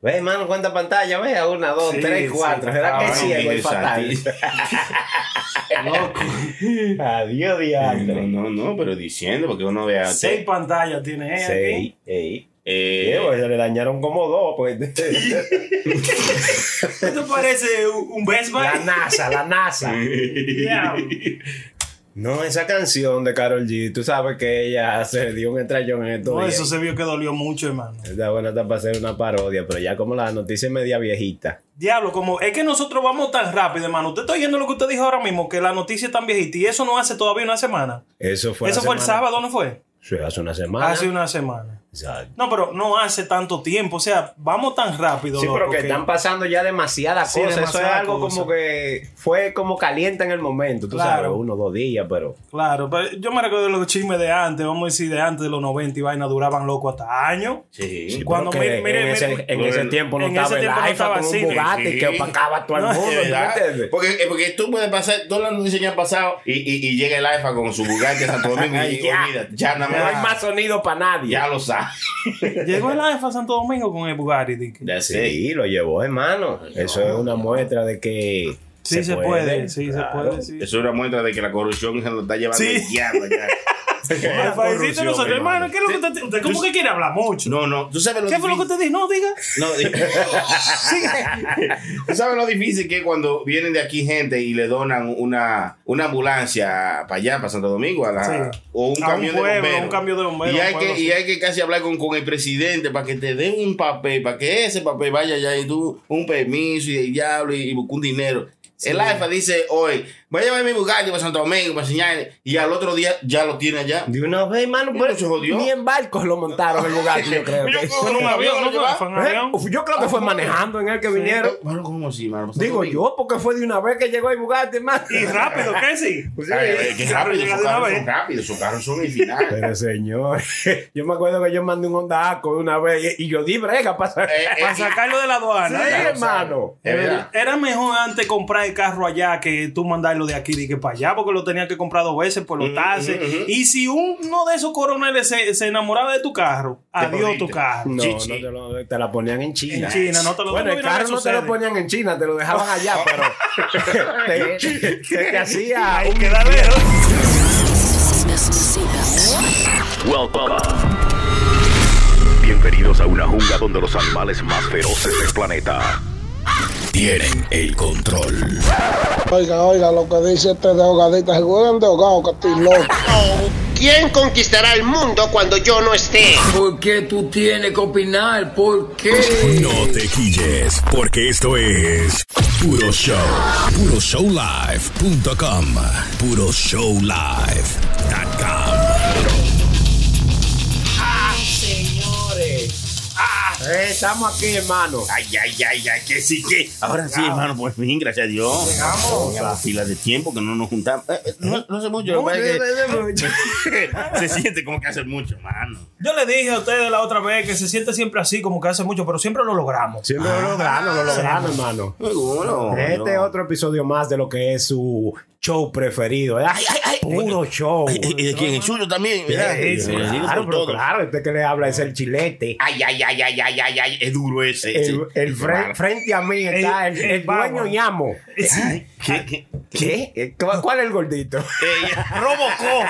Ve, mano, cuánta pantalla, vea, una, dos, Sí, tres, sí, cuatro. ¿Será que cabrón, sí, mire, es fatal? Loco. Adiós, Eh, No, diantre. no, no, pero diciendo, porque uno vea. Seis pantallas tiene ella aquí. Sí, ey. Eh, Diego, se le dañaron como dos, pues. ¿Esto parece un un Best Buy? La NASA, la NASA. No, esa canción de Carol G, tú sabes que ella se dio un estrellón en estos No, días. eso se vio que dolió mucho, hermano. Está buena está para hacer una parodia, pero ya como la noticia es media viejita. Diablo, como es que nosotros vamos tan rápido, hermano. Usted está oyendo lo que usted dijo ahora mismo, que la noticia es tan viejita y eso no hace todavía una semana. Eso fue eso la fue el semana- sábado, ¿no fue? Sí, hace una semana. Hace una semana. Exacto. No, pero no hace tanto tiempo. O sea, vamos tan rápido. Sí, pero loco, que que- están pasando ya demasiadas Sí, cosas. Eso es demasiadas algo cosas. como que fue como caliente en el momento, tú Claro. sabes, uno dos días, pero Claro, pero yo me recuerdo de los chismes de antes, vamos a decir de antes de los 90 y vaina, duraban loco hasta años. Sí. Sí, Cuando pero que mire- en, mire- ese, mire- en ese en tiempo no ese estaba el tiempo no iPhone estaba con un así, Bugatti sí. que opacaba a todo el No, mundo, Sí, ¿tú me ¿verdad? entiendes? Porque, eh, porque tú puedes pasar todas las noticias que han pasado y, y, y llega el alfa con su Bugatti a Santo Domingo y Ya. olvídate, ya nada No hay más, más sonido para nadie. ya lo sabes. Llegó el AFA Santo Domingo con el Bugatti. dije. That's it. Sí, lo llevó, hermano. Eso es una muestra de que Sí, se, puede, sí, claro. se puede. Sí. Eso es una muestra de que la corrupción se lo está llevando Sí. el diablo ya. Bueno, para decirte nosotros, hermano, ¿qué es lo que usted, usted cómo que quiere hablar mucho? No, no, tú sabes lo ¿Qué fue lo que difícil- usted dijo? No, diga. No, di- tú sabes lo difícil que es cuando vienen de aquí gente y le donan una, una ambulancia para allá, para Santo Domingo, a la, Sí. o un A un camión de pueblo, bomberos. un camión de bomberos, Y hay, un que, pueblo, y sí. hay que casi hablar con, con el presidente para que te den un papel, para que ese papel vaya allá y tú un permiso y el diablo y, y busca un dinero. El alfa dice hoy, voy a llevar mi Bugatti para Santo Domingo para enseñarle y al otro día ya lo tiene allá. De una vez, hermano, Mira, pero se jodió. ni en barcos lo montaron el Bugatti, yo creo. Yo que- creo que no me había- ¿no? ¿verdad? Fue en ¿Eh? avión. Uf, Yo creo que fue manejando en el que vinieron. Eh, Mano, ¿cómo así, mano? Santo Pues Digo Domingo. yo, porque fue de una vez que llegó el Bugatti, hermano. Y rápido, ¿qué sí? Pues sí. Ay, ay, qué Siempre rápido, llega esos de una carros vez. son rápidos, esos carros son el final. Pero señor, yo me acuerdo que yo mandé un Honda Accord una vez y, y yo di brega para sacar. Eh, eh, Para sacarlo de la aduana. Sí, Ya lo hermano. Eh, Es verdad. Era mejor antes comprar el carro allá que tú mandarlo de aquí de que para allá, porque lo tenías que comprar dos veces por los taxes. Y si uno de esos coroneles se, se enamoraba de tu carro, adiós jodiste. tu carro. No, Chichi. no te, lo, te la ponían en China. En China, no te lo Bueno, el mira, carro eso no te lo sucede. ponían en China, te lo dejaban allá, pero te, te- te hacía Ahí un queda lejos. Bienvenidos a una jungla donde los animales más feroces del planeta tienen el control. Oiga, oiga, lo que dice este de ahogadita, seguro de ahogado que estoy loco. ¿Quién conquistará el mundo cuando yo no esté? ¿Por qué tú tienes que opinar? ¿Por qué? No te quilles, porque esto es Puro Show. PuroShowLive.com. PuroShowLive.com. señores. Ah, eh, estamos aquí, hermano. Ay, ay, ay, ay, que sí, que. Ahora sí, hermano, por fin, gracias a Dios. Llegamos. A la fila de tiempo que no nos juntamos. Eh, eh, No, no sé mucho, lo que pasa es que se siente como que hace mucho, hermano. Yo le dije a ustedes la otra vez que se siente siempre así, como que hace mucho, pero siempre lo logramos. Siempre lo lograron, lo lograron, hermano. Ah, Seguro. Este es otro episodio más de lo que es su show preferido. Ay, ay, ay, puro show. Y de quien el suyo también, ¿verdad? Sí, sí, Eh, digo claro, por pero todo. claro, este que le habla es el chilete. Ay, ay, ay, ay, ay, ay, ay, es duro ese. El, sí. el fre- frente a mí está el, El- el vamos. dueño y amo. Ay, ¿Qué? ¿Qué? ¿Qué? Eh, ¿cu- ¿Cuál es el gordito? Robocó.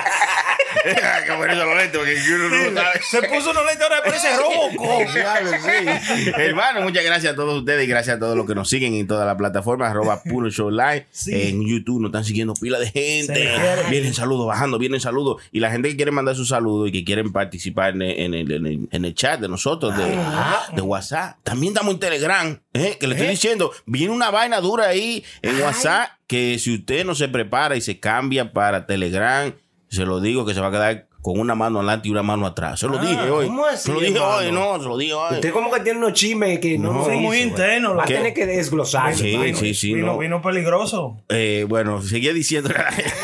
Ay, qué bueno, lo lento, porque yo no- no sabe. Se puso una lente ahora parece Robocó. Claro, sí. Hermano, muchas gracias a todos ustedes y gracias a todos los que nos siguen en todas las plataformas, arroba puro show live. Sí. En YouTube nos están siguiendo pila de Se gente. les quiere. Vienen saludos, bajando, vienen saludos. Y la gente que quiere mandar sus saludos y que quieren participar en el, en el- en el- en el chat de nosotros, de, Ah. de WhatsApp. También estamos en Telegram, ¿eh? que le estoy diciendo, viene una vaina dura ahí en WhatsApp que si usted no se prepara y se cambia para Telegram, se lo digo que se va a quedar con una mano adelante y una mano atrás. Se lo dije hoy. ¿cómo así, se lo dije hermano? hoy, no, se lo dije hoy. Usted como que tiene unos chismes que no, No, nos sí, muy hizo, güey. interno, Va a loco. tener que desglosar. Sí, hermano. sí, sí. vino, no. vino peligroso. Eh, bueno, seguía diciendo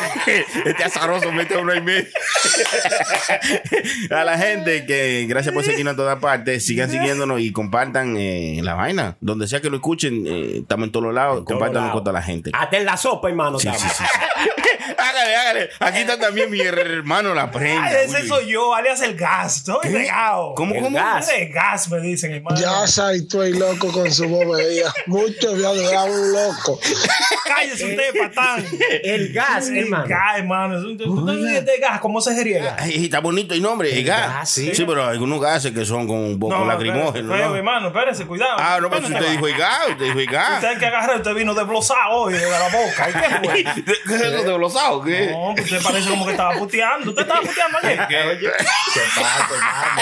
este azaroso mete uno y medio. a la gente que gracias por seguirnos a todas partes, sigan siguiéndonos y compartan eh, la vaina. Donde sea que lo escuchen, eh, estamos en todos los lados, Ah. todos compártanlo lados. con toda la gente. Hasta en la sopa, hermano. Sí, estamos. sí, sí, sí. hágale, hágale. Aquí está también mi hermano la Ah, ese soy yo, alias el gas. Estoy regado. ¿Cómo, El cómo? Gas. El gas, me dicen, hermano. Ya Saito y loco con su bobería. Muchos ya lo dan un loco. Cállese usted, patán. El gas, El hermano. gas, hermano. Es un- ¿Tú te dices de gas? ¿Cómo se griega? Ay, está bonito el nombre, el gas. gas, sí. pero hay algunos gases que son con un poco lacrimógenos. espérate, ¿no? hermano, espérese, cuidado. Ah, no, pero si Espérate, usted dijo ah. el gas, usted dijo el gas. Usted hay que agarrar, usted vino desblosado hoy de la boca. ¿Y qué fue? ¿Qué es eso Eh, de los ojos? ¿Qué? No, pues usted parece como que estaba puteando. Usted estaba puteando ayer. ¿Qué pasa, hermano?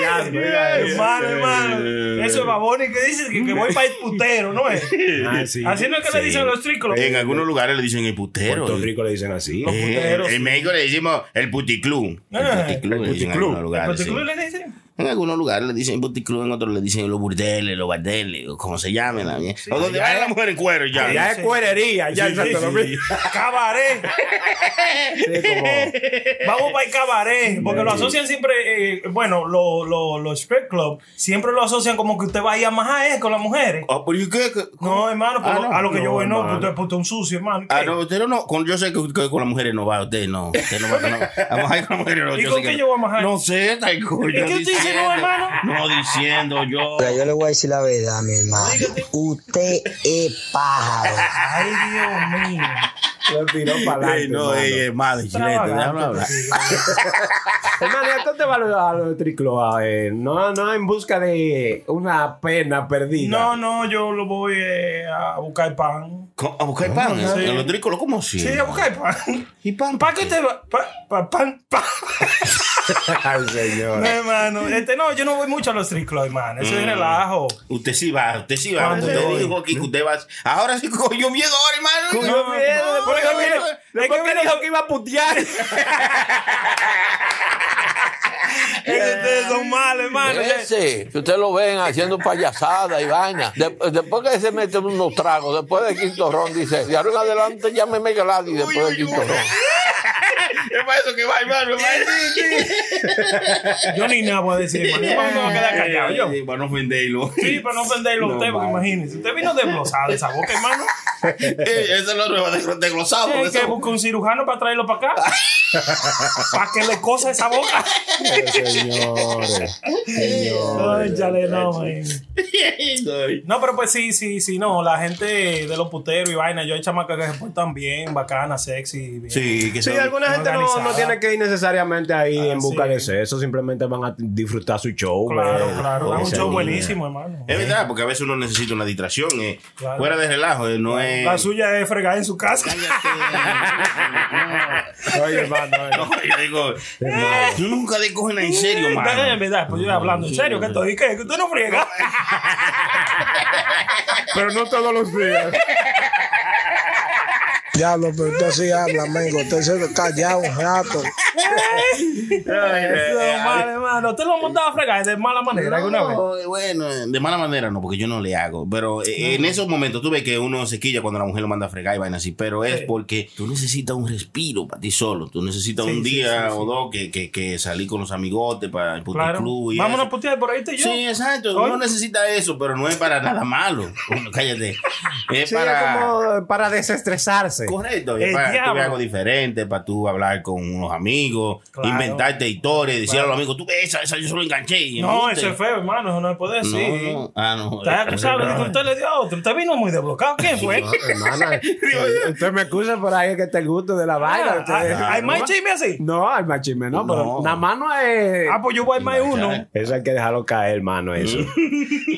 Ya, mira eso. Hermano, hermano. Eso es baboni que dices que, que voy para el putero, ¿no es? Ah, sí. Así no es que le Sí. dicen los trícolos. En algunos lugares le dicen el putero. Puerto Rico le dicen así. Eh, puteros, sí. en México le decimos el puticlub. Ah, El puticlub. le dicen En puticlub. algunos lugares. ¿Pero tú sí. le dicen? En algunos lugares le dicen puticlub, en otros le dicen los burdeles, los bardeles, o como se llamen. la mierda. o donde vaya la mujer en cuero ya. Ya es cuerería, ya en Santo Domingo. Cabaret. Sí, como- Vamos para el cabaret. Porque lo asocian siempre. eh, bueno, lo- lo- los strip club siempre lo asocian como que usted va a ir a majar eh, con las mujeres. Ah, pero ¿y qué? ¿Qué? No, hermano, Ah, pues, no, a lo que no, yo voy, no, hermano. pues usted es puto un sucio, hermano. Ah, ¿Qué? no, usted no, con, yo sé que, que con las mujeres no va, usted no. Usted no va con la- a majar con las mujeres. No, ¿Y con sé qué que- yo voy a majar? No sé, tal cosa. ¿Y qué usted dice, no, hermano? No diciendo yo. Pero yo le voy a decir la verdad, mi hermano. Usted es pájaro. Ay, Dios mío. Lo tiró para adelante. Ey, no, eh, ey, ey, madre, chilete, déjame hablar. Hermano, ¿y ¿tú te vas a los triclos? eh, no, no, en busca de una pena perdida. No, no, yo lo voy eh, a buscar pan. Co- ¿A buscar pan? ¿En sí. los trícolos? ¿Cómo así? Sí, a buscar pan. ¿Y pan? ¿Para qué te va? Pa, pa- pan, pan. Ay, No, señor. hermano. Este, no, yo no voy mucho a los triclos, hermano. Eso Mm. es relajo. Usted sí va, usted sí va. ¿Cuándo Usted voy? dijo aquí que usted va. Ahora sí cogió miedo, ahora, hermano. Cogió No, miedo, después que vino- no, Después es que que vino- dijo que iba a putear. Es que ustedes son malos, hermano. Ese, que ustedes lo ven haciendo payasadas y vaina. De- después que se meten unos tragos, después del quinto ron, dice, de ahora en adelante llámeme Gladys después del quinto ron. Es para eso que va, hermano. es para eso. Yo ni nada voy a decir, hermano. Yo me voy a quedar callado yo. Ey, Para no eh, ofenderlo. Sí, para no ofenderlo a usted, porque imagínese. Usted vino desglosado esa boca, hermano. Ey, Ese es Eh, lo nuevo de- desglosado. Hay porque que Ah, eso- buscar un cirujano para traerlo para acá. para que le cosa esa boca. Ay, señores. Ay, Señores. chale, no, man. Ay, No, pero pues sí, sí, sí, no. La gente de los puteros y vaina, yo hay chamacas que se portan bien, bacanas, sexy. Bien. Sí, que Sí, son- alguna gente no, no Organizada. tiene que ir necesariamente ahí Ah, en busca sí. de sexo, simplemente van a disfrutar su show. Claro, eh, claro. con Es un esa show línea. buenísimo, hermano. Es verdad, porque a veces uno necesita una distracción. eh. Claro. Fuera de relajo, eh, no es. La suya es fregar en su casa. Oye, hermano, eh. oye. No, yo digo, yo nunca le cogen en serio, Dale, En mano. verdad, pues yo hablando en serio, que estoy, que que usted no friega. Pero no todos los días. Diablo, pero usted sí habla, amigo. Usted se callado un rato. Eso, eh, mal, hermano. Usted lo mandaba a fregar de mala manera alguna vez. No, bueno, de mala manera no, porque yo no le hago. Pero eh, en esos momentos tú ves que uno se quilla cuando la mujer lo manda a fregar y vaina así. Pero es porque tú necesitas un respiro para ti solo. Tú necesitas un día o dos que, que, que salir con los amigotes para el puto Claro. club. Y Vámonos a eso. putear por ahí, tú y yo. Sí, exacto. Oye. Uno necesita eso, pero no es para nada malo. Bueno, cállate. Es Sí, para. es como eh, para desestresarse. Correcto, El para tú diablo. ver algo diferente, para tú hablar con unos amigos, Claro. inventarte historias, decirle a los amigos, tú esa, esa yo solo enganché. y No, embuste". eso es feo, hermano. Eso no se puede No, decir. no. Ah, no. Estás acusado de que usted le dio a otro. Usted vino muy desbloqueado. ¿Quién fue? Hermana, eh, usted me acusa por ahí que te gusta de la vaina. Ah, usted- ¿Hay hay más chisme así? No, hay más chisme, no, pero No. nada más no es. Ah, pues yo voy más uno. Eso hay que dejarlo caer, hermano, eso.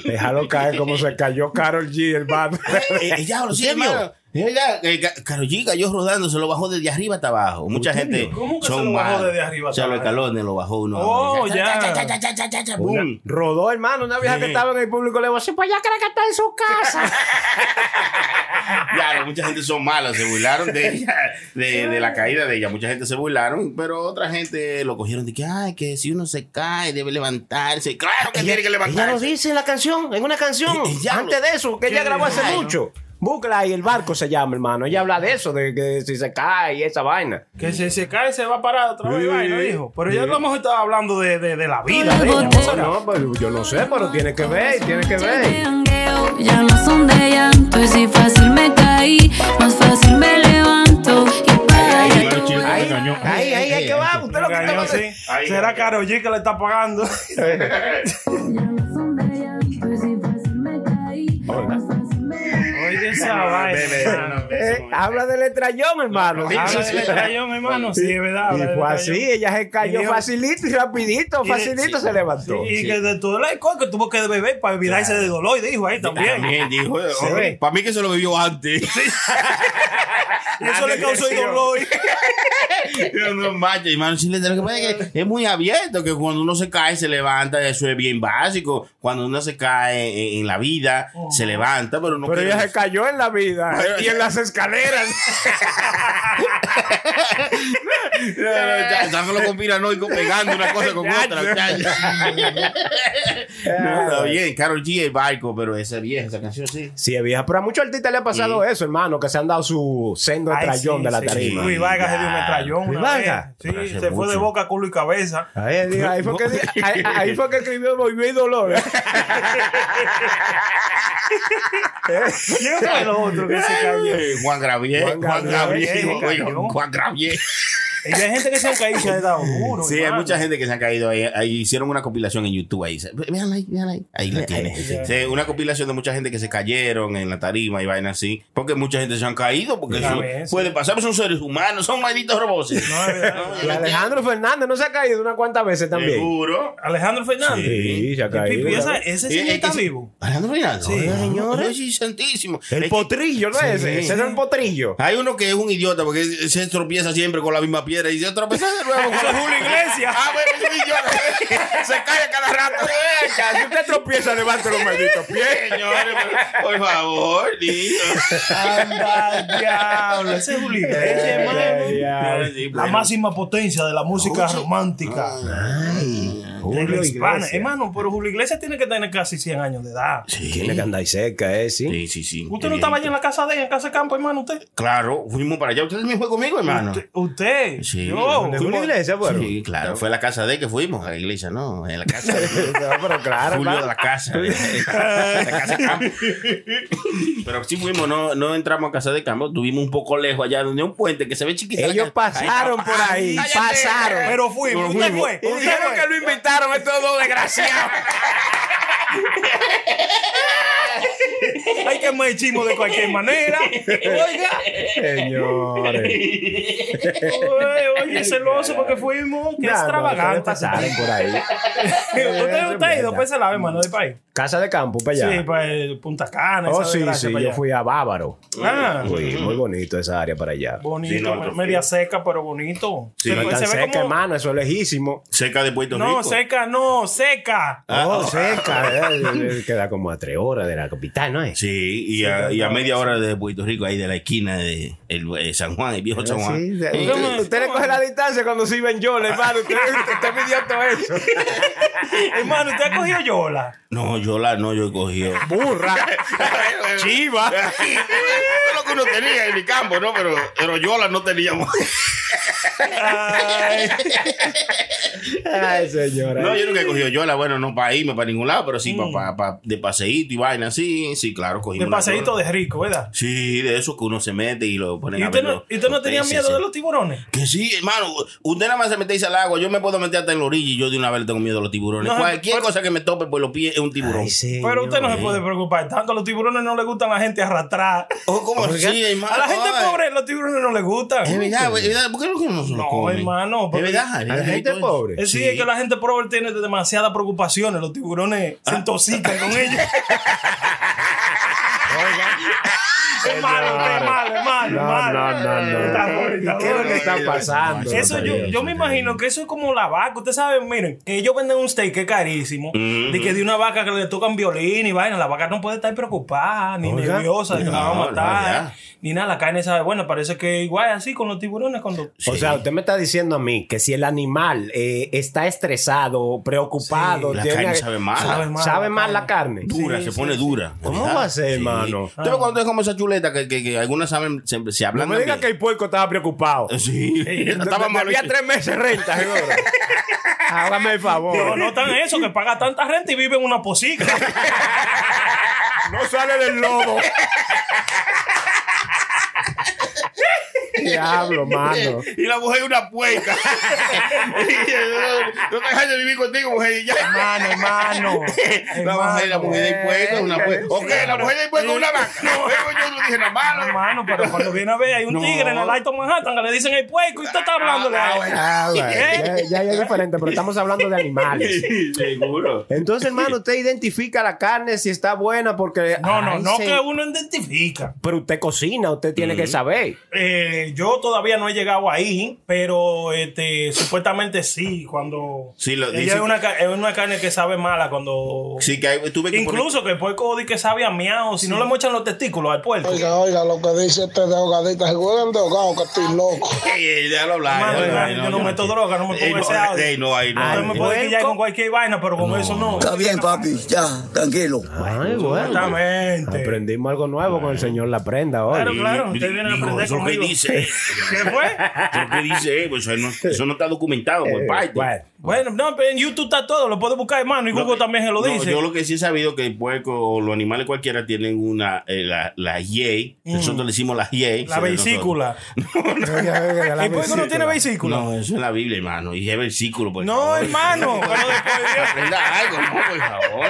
dejarlo caer como se cayó Carol G, hermano. Eh, eh, ya, lo serio. Ya, eh, Ca- Karol G cayó rodando, se lo bajó desde arriba hasta abajo. Mucha gente ¿Cómo que son se lo bajó malas. desde arriba O sea, hasta los abajo? escalones lo bajó uno. Oh, ya. Una- rodó, hermano. Una vieja que estaba en el público le dijo, sí, pues ya cree que está en su casa. Claro, mucha gente son malas, se burlaron de ella, de, de la caída de ella. Mucha gente se burlaron, pero otra gente lo cogieron de que, ay, que si uno se cae, debe levantarse. Claro que tiene que ella lo levantarse. dice en la canción, en una canción. Y- y ya lo- antes de eso, que ella Sí, grabó hace ay, no. mucho. Búscala y el barco se llama, hermano. Ella habla de eso, de que si se cae y esa vaina. Que si se cae se va a parar otra vez, vaina, dijo. Pero yo a lo mejor estaba hablando de, de, de la vida de ella, ¿no será? No, pero yo no sé, pero tiene que ver, tiene que ver. Ya no son de llanto y si fácil me caí, más fácil me levanto y para Ay, Ay, ay, chico, ay, engañó. ay, ay, ay, que va. Usted lo que Engañó, está sí. Será Karol G que le está pagando. Oye, esa vaina. Eh, habla del estrellón, hermano. Habla Habla del del estrellón. estrellón, hermano. Sí, es verdad. habla Y del fue estrellón. así, ella se Y cayó dijo- facilito y rapidito, Y- facilito se levantó. Y que de todo el alcohol que tuvo que beber para olvidarse de dolor, dijo ahí también. También dijo, ve. para mí que se lo bebió antes. Y eso le causó el dolor. Yo no manches, hermano. sí, lo que pasa es que es muy abierto, que cuando uno se cae, se levanta, eso es bien básico. Cuando uno se cae en, en la vida, se levanta, pero no Oh. Pero quiere- ella se cayó en la vida Pero- y en las escaleras. No, no, "Eh, ya, Están los conspiranoicos pegando una cosa con otra. muchachos. No, está bien, Carol G es barco, pero esa vieja, esa canción sí. Sí, es vieja, pero a muchos artistas le ha pasado eso, hermano, que se han dado su sendo Ay, estrellón sí, de la sí. tarima. Luis Vargas se dio un estrellón. Luis una Vargas. vez. Pero hace Sí, se fue de mucho. boca, culo y cabeza. Ahí, diga, ahí fue, que, ahí- ahí fue que escribió Volvió y Dolor. ¿Eh? ¿Quién fue el otro que se cayó? Eh, Juan Gravier. Juan Juan, Gravier, Gravier. sí, oye, cayó. Juan Gravier. Y hay gente que se ha caído y se ha dado duro. Sí, hay hermano. mucha gente que se ha caído ahí. Ahí hicieron una compilación en YouTube. Ahí, véanla ahí, véanla ahí. Ahí la tiene. Sí, una compilación de mucha gente que se cayeron en la tarima y vaina así. Porque mucha gente se han caído. Porque Ya eso ves. puede pasar. Son seres humanos, son malditos robots. No, es verdad. Y Alejandro Fernández no se ha caído unas cuantas veces también. Seguro. Alejandro Fernández. Sí, se ha Y caído, Pipo, ¿y esa- ¿verdad? ese Eh, señor eh, está ese- vivo. Alejandro Fernández. Sí, señores. Oye, santísimo. El Es que- potrillo, ¿no es ese? Sí. Ese era el potrillo. Hay uno que es un idiota porque se tropieza siempre con la misma piedra y se tropieza de nuevo con Eso es la Julio Iglesias. Ah, bueno, es un idiota. Se cae cada rato. Si usted tropieza, levante los malditos pies. Señores, por- por favor, niño. Anda, diablo. Ese es Julio Iglesias, hermano. Sí, La bueno. máxima potencia de la música Oye. romántica. de la hispana. Hermano, pero Julio Iglesias tiene que tener casi 100 años de edad. Tiene que andar cerca, ¿eh? Sí. Sí, sí, sí. ¿Usted no estaba allá en la casa de ella, en casa de campo, hermano? ¿Usted? Claro, fuimos para allá. Usted también fue conmigo, hermano. ¿Usted? usted. Sí. Yo. ¿De pues? una iglesia, bueno? Sí, claro. Fue a la casa de que fuimos, a la iglesia, ¿no? En la casa de No, pero claro, Julio de hermano. la casa. de la casa de campo. Pero sí fuimos, no, no entramos a casa de campo. Estuvimos un poco lejos allá donde un puente que se ve chiquito. Ellos pasaron por ahí, pasaron. Pero fuimos. Pero ¿Usted fuimos. fue? Y ¿Usted dijeron fue? que lo invitaron estos dos desgraciados. Hay que más chismo de cualquier manera. Oiga. Señores. Oye, oye, celoso porque fuimos. Qué Nah, no, extravagante. ustedes pasaron por ahí. usted usted ha ido Mierda. pues se la ve, hermano, del país. Casa de campo, para allá. Sí, para el Punta Cana. Oh, esa sí, desgracia sí, para yo allá. fui a Bávaro. Ah, Uy, muy bonito esa área para allá. bonito, pues, Sí, nosotros media seca, pero bonito. Sí, No es tan seca, hermano, eso es lejísimo. Cerca de Puerto No, Rico. seca, no, seca. oh, ah, cerca, eh, eh, queda como a tres horas de la capital, ¿no es? Sí, y a, y a media hora de Puerto Rico, ahí de la esquina de el, eh, San Juan, el viejo San Juan. Sí, sí. Usted- usted le coge la distancia cuando se iba en Yola, hermano. Usted, usted, usted midió todo eso. Hermano, ¿usted ha cogido yola? No, yo la no, yo he cogido. Burra. Chiva. Es lo que uno tenía en mi campo, ¿no? Pero, pero yo la no teníamos. Ay, Ay, señora. No, yo nunca he cogido yola, bueno, no para irme para ningún lado, pero sí pa- pa- pa- de paseíto y vaina, sí, sí, claro, Mm. de cogimos. una paseíto yola. de rico, ¿verdad? Sí, de eso que uno se mete y lo ponen ¿Y a usted ver no, los- y usted no los tenía peces, miedo de sí. los tiburones? Que sí, hermano, usted nada más se mete y al agua, yo me puedo meter hasta en la orilla y yo de una vez le tengo miedo a los tiburones. No, Cualquier pero- cosa que me tope por los pies es un tiburón. Ay, señor. Pero usted no se puede preocupar tanto. A los tiburones no les gustan a la gente arrastrada. Oh, ¿Cómo Oiga, así, hermano? A la gente Ay. pobre, los tiburones no les gustan. Es verdad, güey, es verdad. ¿Por qué no nos lo No, comen? hermano, Es porque- verdad. es A la verdad, gente y todo pobre. Sí, es que la gente pobre tiene demasiadas preocupaciones. Los tiburones Ah. se intoxican con ellos. es malo, es malo, es malo, es No, malo. no, no, no. Está bueno, está ¿Qué es lo bueno. que está pasando? Eso yo, yo me imagino que eso es como la vaca. Ustedes saben, miren, que ellos venden un steak que es carísimo. De que de una vaca que le tocan violín y vaina, la vaca no puede estar preocupada, ni Oiga. nerviosa, de que la va a No, no, matar, ya. ni nada. La carne sabe, bueno, parece que igual es así con los tiburones cuando. O sea, usted me está diciendo a mí que si el animal eh, está estresado, preocupado, La tiene- carne sabe mal. Sabe mal sabe la mal la carne. Dura, se pone dura. ¿Cómo ¿verdad? va a ser, hermano? ¿Tú ves cuando es como esa chuleta que, que, que algunas saben, se, se No hablan me diga que también? el puerco estaba preocupado. Sí, estaba mal. Había tres meses renta, seguro. Hágame el favor. Pero notan eso, que paga tanta renta y vive en una posica. No sale del lobo. Diablo, mano. Y la mujer es una puerca. no, te dejas de vivir contigo, mujer. y ya. Hermano, hermano. La mujer, la Hermano. mujer de puerca es una puerca. Ok, la mujer de puerca es una vaca. Yo no dije nada malo. Hermano, Pero cuando viene a ver, hay un No. tigre en el Alto Manhattan que le dicen el puerco y usted está hablándole a él. Ah, bueno, ya, ya es diferente, pero estamos hablando de animales. Seguro. Entonces, hermano, usted identifica la carne si está buena porque. No, no, Ay, no sí. que uno identifica. Pero usted cocina, usted tiene que saber. Eh, yo todavía no he llegado ahí, pero este, supuestamente sí, cuando... Sí, lo Ella dice. Es una, ca- es una carne que sabe mala cuando... Sí, que hay, tuve que Incluso que el puerco di que sabe a miau, si no le mochan los testículos al puerco. Oiga, oiga, lo que dice este drogadita, se juegan drogados, que estoy loco. poner. Ey, ey, déjalo hablar. Hermano, déjalo hablar, yo no meto aquí. droga, no me pongo Ey, ese audio. ey, no, ahí no. Ay, Usted ahí me no. puede quillar con cualquier vaina, pero con eso no. Está bien, papi, ya, tranquilo. Ay, bueno. Exactamente. Aprendimos algo nuevo con el señor La Prenda hoy. Claro, claro, Di- usted viene a dijo, aprender ¿Eso qué conmigo. dice? ¿Qué fue? ¿Eso qué dice? Pues eso, no, eso no está documentado pues, por parte. Bueno, Bueno, no, pero en YouTube está todo, lo puedes buscar, hermano, y No, Google también se lo no, dice. Yo lo que sí he sabido que el puerco o los animales cualquiera tienen una, eh, la, la yey. Nosotros le decimos la yey. Mm. la vesícula. La ¿El puerco no tiene vesícula? No, eso es la Biblia, hermano. Y es versículo, por No, favor. hermano. pero después de- Aprenda algo, no, por favor.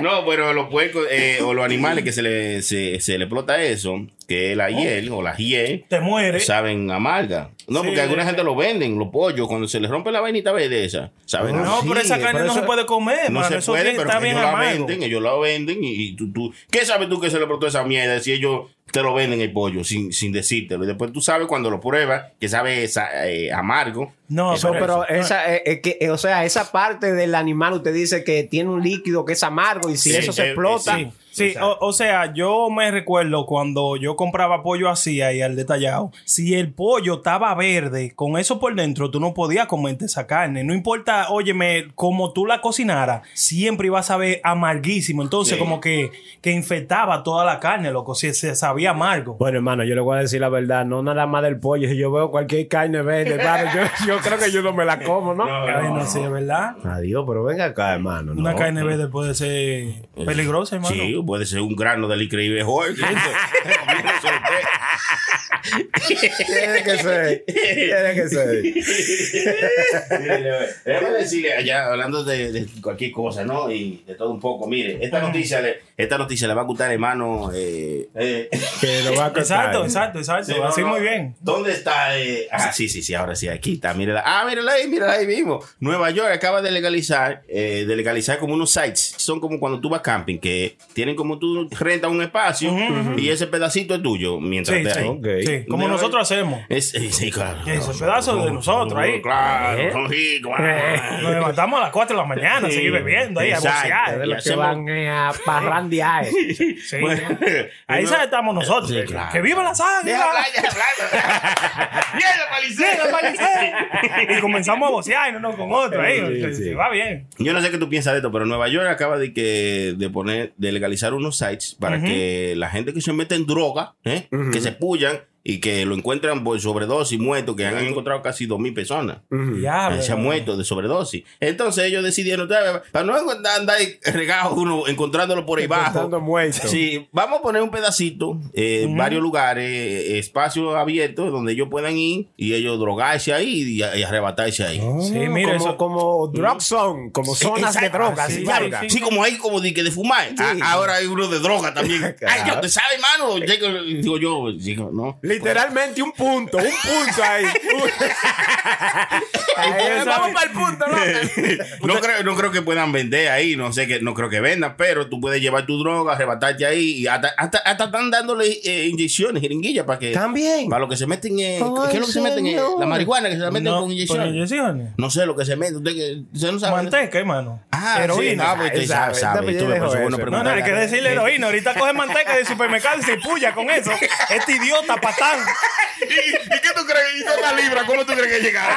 no, pero los puercos eh, o los animales que se le, se, se le explota eso, que es la hiel o la hiel, Te muere. saben amarga. No, Sí, porque alguna sí. gente lo venden, los pollos, cuando se les rompe la vainita verde esa, saben amarga. No, pero esa Sí, carne pero no se eso- puede comer, No mano, se eso sí puede, pero está que bien ellos la amargo. venden, ellos la venden y, y tú, tú- ¿Qué sabes tú que se le brotó esa mierda si ellos te lo venden el pollo sin, sin decírtelo? Y después tú sabes cuando lo pruebas que sabe esa, eh, amargo. No, Eso- pero esa, eh, eh, que, eh, o sea, esa parte del animal usted dice que tiene un líquido que es amargo y si Sí, eso se eh, explota, sí. Sí, o, o sea, yo me recuerdo cuando yo compraba pollo así ahí al detallado. Si el pollo estaba verde, con eso por dentro, tú no podías comerte esa carne. No importa, óyeme, como tú la cocinaras, siempre iba a saber amarguísimo. Entonces, Sí. como que, que infectaba toda la carne, loco, si se sabía amargo. Bueno, hermano, yo le voy a decir la verdad, no nada más del pollo. Si yo veo cualquier carne verde, hermano, yo, yo creo que yo no me la como, ¿no? Ah, Ay, no sé, ¿verdad? Adiós, pero venga acá, hermano. Una no. carne verde puede ser peligrosa, hermano. Sí, puede ser un grano del increíble Hulk. Tiene que ser. Tiene que ser. Déjame decirle, allá hablando de, de cualquier cosa, ¿no? Y de todo un poco. Mire, esta noticia le, esta noticia le va a gustar, hermano. eh, eh. Que lo va a cortar. Exacto, exacto, exacto. Sí, no, Así no. muy bien. ¿Dónde está? eh? Ah, sí, sí, sí, ahora sí, aquí está. Mírala. Ah, mírala ahí, mírala ahí mismo. Nueva York acaba de legalizar, eh, de legalizar como unos sites. Son como cuando tú vas camping, que tienen como tú rentas un espacio y ese pedacito es tuyo mientras Sí, te sí, ahí. Ok. sí. Como Mira, nosotros hacemos. Es, eh, sí, claro. Ese pedazo de nosotros ahí. Eh, Claro, son ricos. ah. Nos levantamos a las 4 de la mañana, Sí. seguir bebiendo ahí, a Exacto. bocear. De Y los que hacemos- van eh, a parrandear. Sí. Bueno, ahí uno- sabe, estamos nosotros. Sí, claro. ¡Que viva la sangre! Deja hablar, deja hablar. Mierda, Palicero, y comenzamos a bocear y uno con otro. ahí. Se- se Va bien. Yo no sé qué tú piensas de esto, pero Nueva York acaba de que de poner, de legalizar unos sites para que la gente que se mete en droga, ¿eh? que se pullan y que lo encuentran por sobredosis muertos, que han encontrado casi dos mil personas. Ah, Ah, Diablo. se han muerto de sobredosis. Entonces ellos decidieron, "Tra- para no encontrar- andar ahí regados uno encontrándolo por ahí Estando bajo. muerto. Sí, vamos a poner un pedacito, eh, varios lugares, eh, espacios abiertos donde ellos puedan ir y ellos drogarse ahí y, y arrebatarse ahí. Sí, mira, Mm, como, eso- como drop zone, como Sí, zonas de exacto. drogas. Sí, largas. sí, sí, como hay como de que de fumar. A- ahora hay uno de droga también. Ay, yo te sabe, hermano. Llega- Digo yo, pues, digo, no. Literalmente un punto, un punto ahí. Ahí Vamos para el punto, ¿no? No creo, no creo que puedan vender ahí, no sé que no creo que vendan, pero tú puedes llevar tu droga, arrebatarte ahí y hasta, hasta, hasta están dándole eh, inyecciones, jeringuillas para que También. para lo que se meten eh, ¿qué es lo que se meten? Eh, la marihuana que se la meten No, con con inyecciones. inyecciones. No sé lo que se meten, usted, que- usted no sabe. Manteca, hermano. Ah, heroína. Sí, ah, pues, usted sabe, Esa- sabe, esa tú me- por eso pendejo uno esa. No, pregunta. no, hay que decirle heroína. Ahorita coge manteca del supermercado y se puya con eso. Este idiota patán. ¿Y, y qué tú crees? ¿Y toda libra? ¿Cómo tú crees que llegará?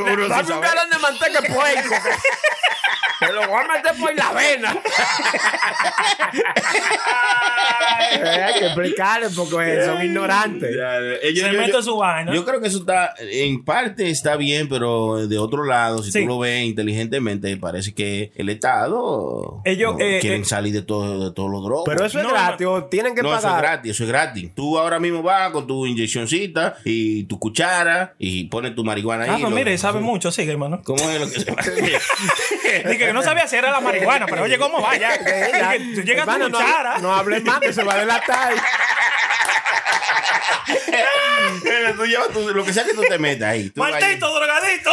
Uno sí sabe. de manteca puerco. Te lo voy a meter por la vena. Hay que explicarles porque son ignorantes. Ya, eh, yo- Se yo- mete yo- su vaina. Yo creo que eso está, en parte está bien, pero de otro lado, si Sí. tú lo ves inteligentemente, parece que el Estado Ellos, no, eh, quieren eh, salir de todo, de todos los drogas. Pero eso es Oh, No, gratis, o tienen que no, eso es pagar. gratis, eso es gratis. Tú ahora mismo vas con tu inyeccioncita y tu cuchara y pones tu marihuana ahí. Ah, pues lo- mire, sabe mucho, sigue, hermano. ¿Cómo es lo que se Dije que no sabía si era la marihuana, pero oye, ¿cómo va? Ya, Ya. Dije, tú llegas a Hermano, tu no, cuchara. no hables más que se va a delatar. tú llevas tu- lo que sea que tú te metas ahí. Tú vas ahí. Maldito drogadito.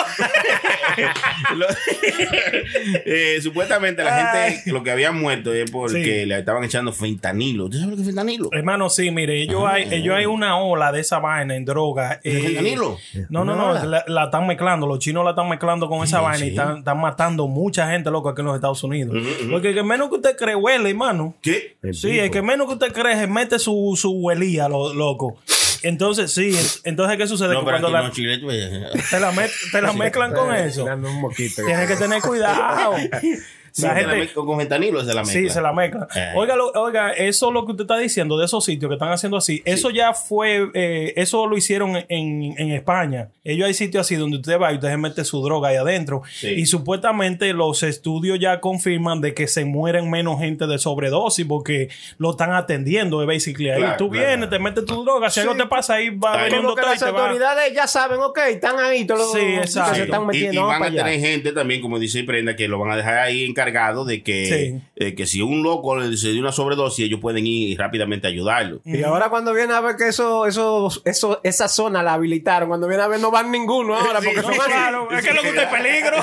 Lo- Eh, supuestamente la gente, lo que habían muerto es porque Sí. Eh, le estaban echando fentanilo. ¿Tú sabes lo que es fentanilo? Hermano, sí, mire, ellos Ah. hay, ellos hay una ola de esa vaina en droga. eh, fentanilo? No, no, no, la, la están mezclando. Los chinos la están mezclando con esa vaina y sí. están, están matando mucha gente, loco, aquí en los Estados Unidos. Porque el que menos que usted cree huele, hermano. ¿Qué? Sí, el que menos que usted cree se mete su, su huelía, lo- loco. Entonces, sí, en- entonces, ¿qué sucede? No, Que pero cuando aquí la- no, Chile, tú- eh, te la, mez- te la mezclan con eso. Dame un moquito. Tienes que tener cuidado. Sí, La te la gente, mezclan con fentanilo se la Sí, se la mezcla. Eh. Oiga, lo- oiga, eso lo que usted está diciendo de esos sitios que están haciendo así, eso ya fue, eh, eso lo hicieron en, en España. Ellos hay sitios así donde usted va y usted se mete su droga ahí adentro. Sí. Y supuestamente los estudios ya confirman de que se mueren menos gente de sobredosis porque lo están atendiendo, eh, basically. Ahí Claro, tú claro. vienes, te metes tu droga, si algo te pasa ahí, va Claro. veniendo Como que todo y las te va. autoridades ya saben, ok, están ahí todos los Sí, que exacto. Sí. Ah, se están Y- metiendo. y, vamos van a para allá. tener gente también, como dice Prenda, que lo van a dejar ahí encargado de que, Sí. eh, que si un loco le- se dio una sobredosis, ellos pueden ir y rápidamente a ayudarlo. Y ahora cuando viene a ver que eso, eso, eso, esa zona la habilitaron, cuando viene a ver no van ninguno ahora porque No, son así. claro, es que lo que usted es peligro.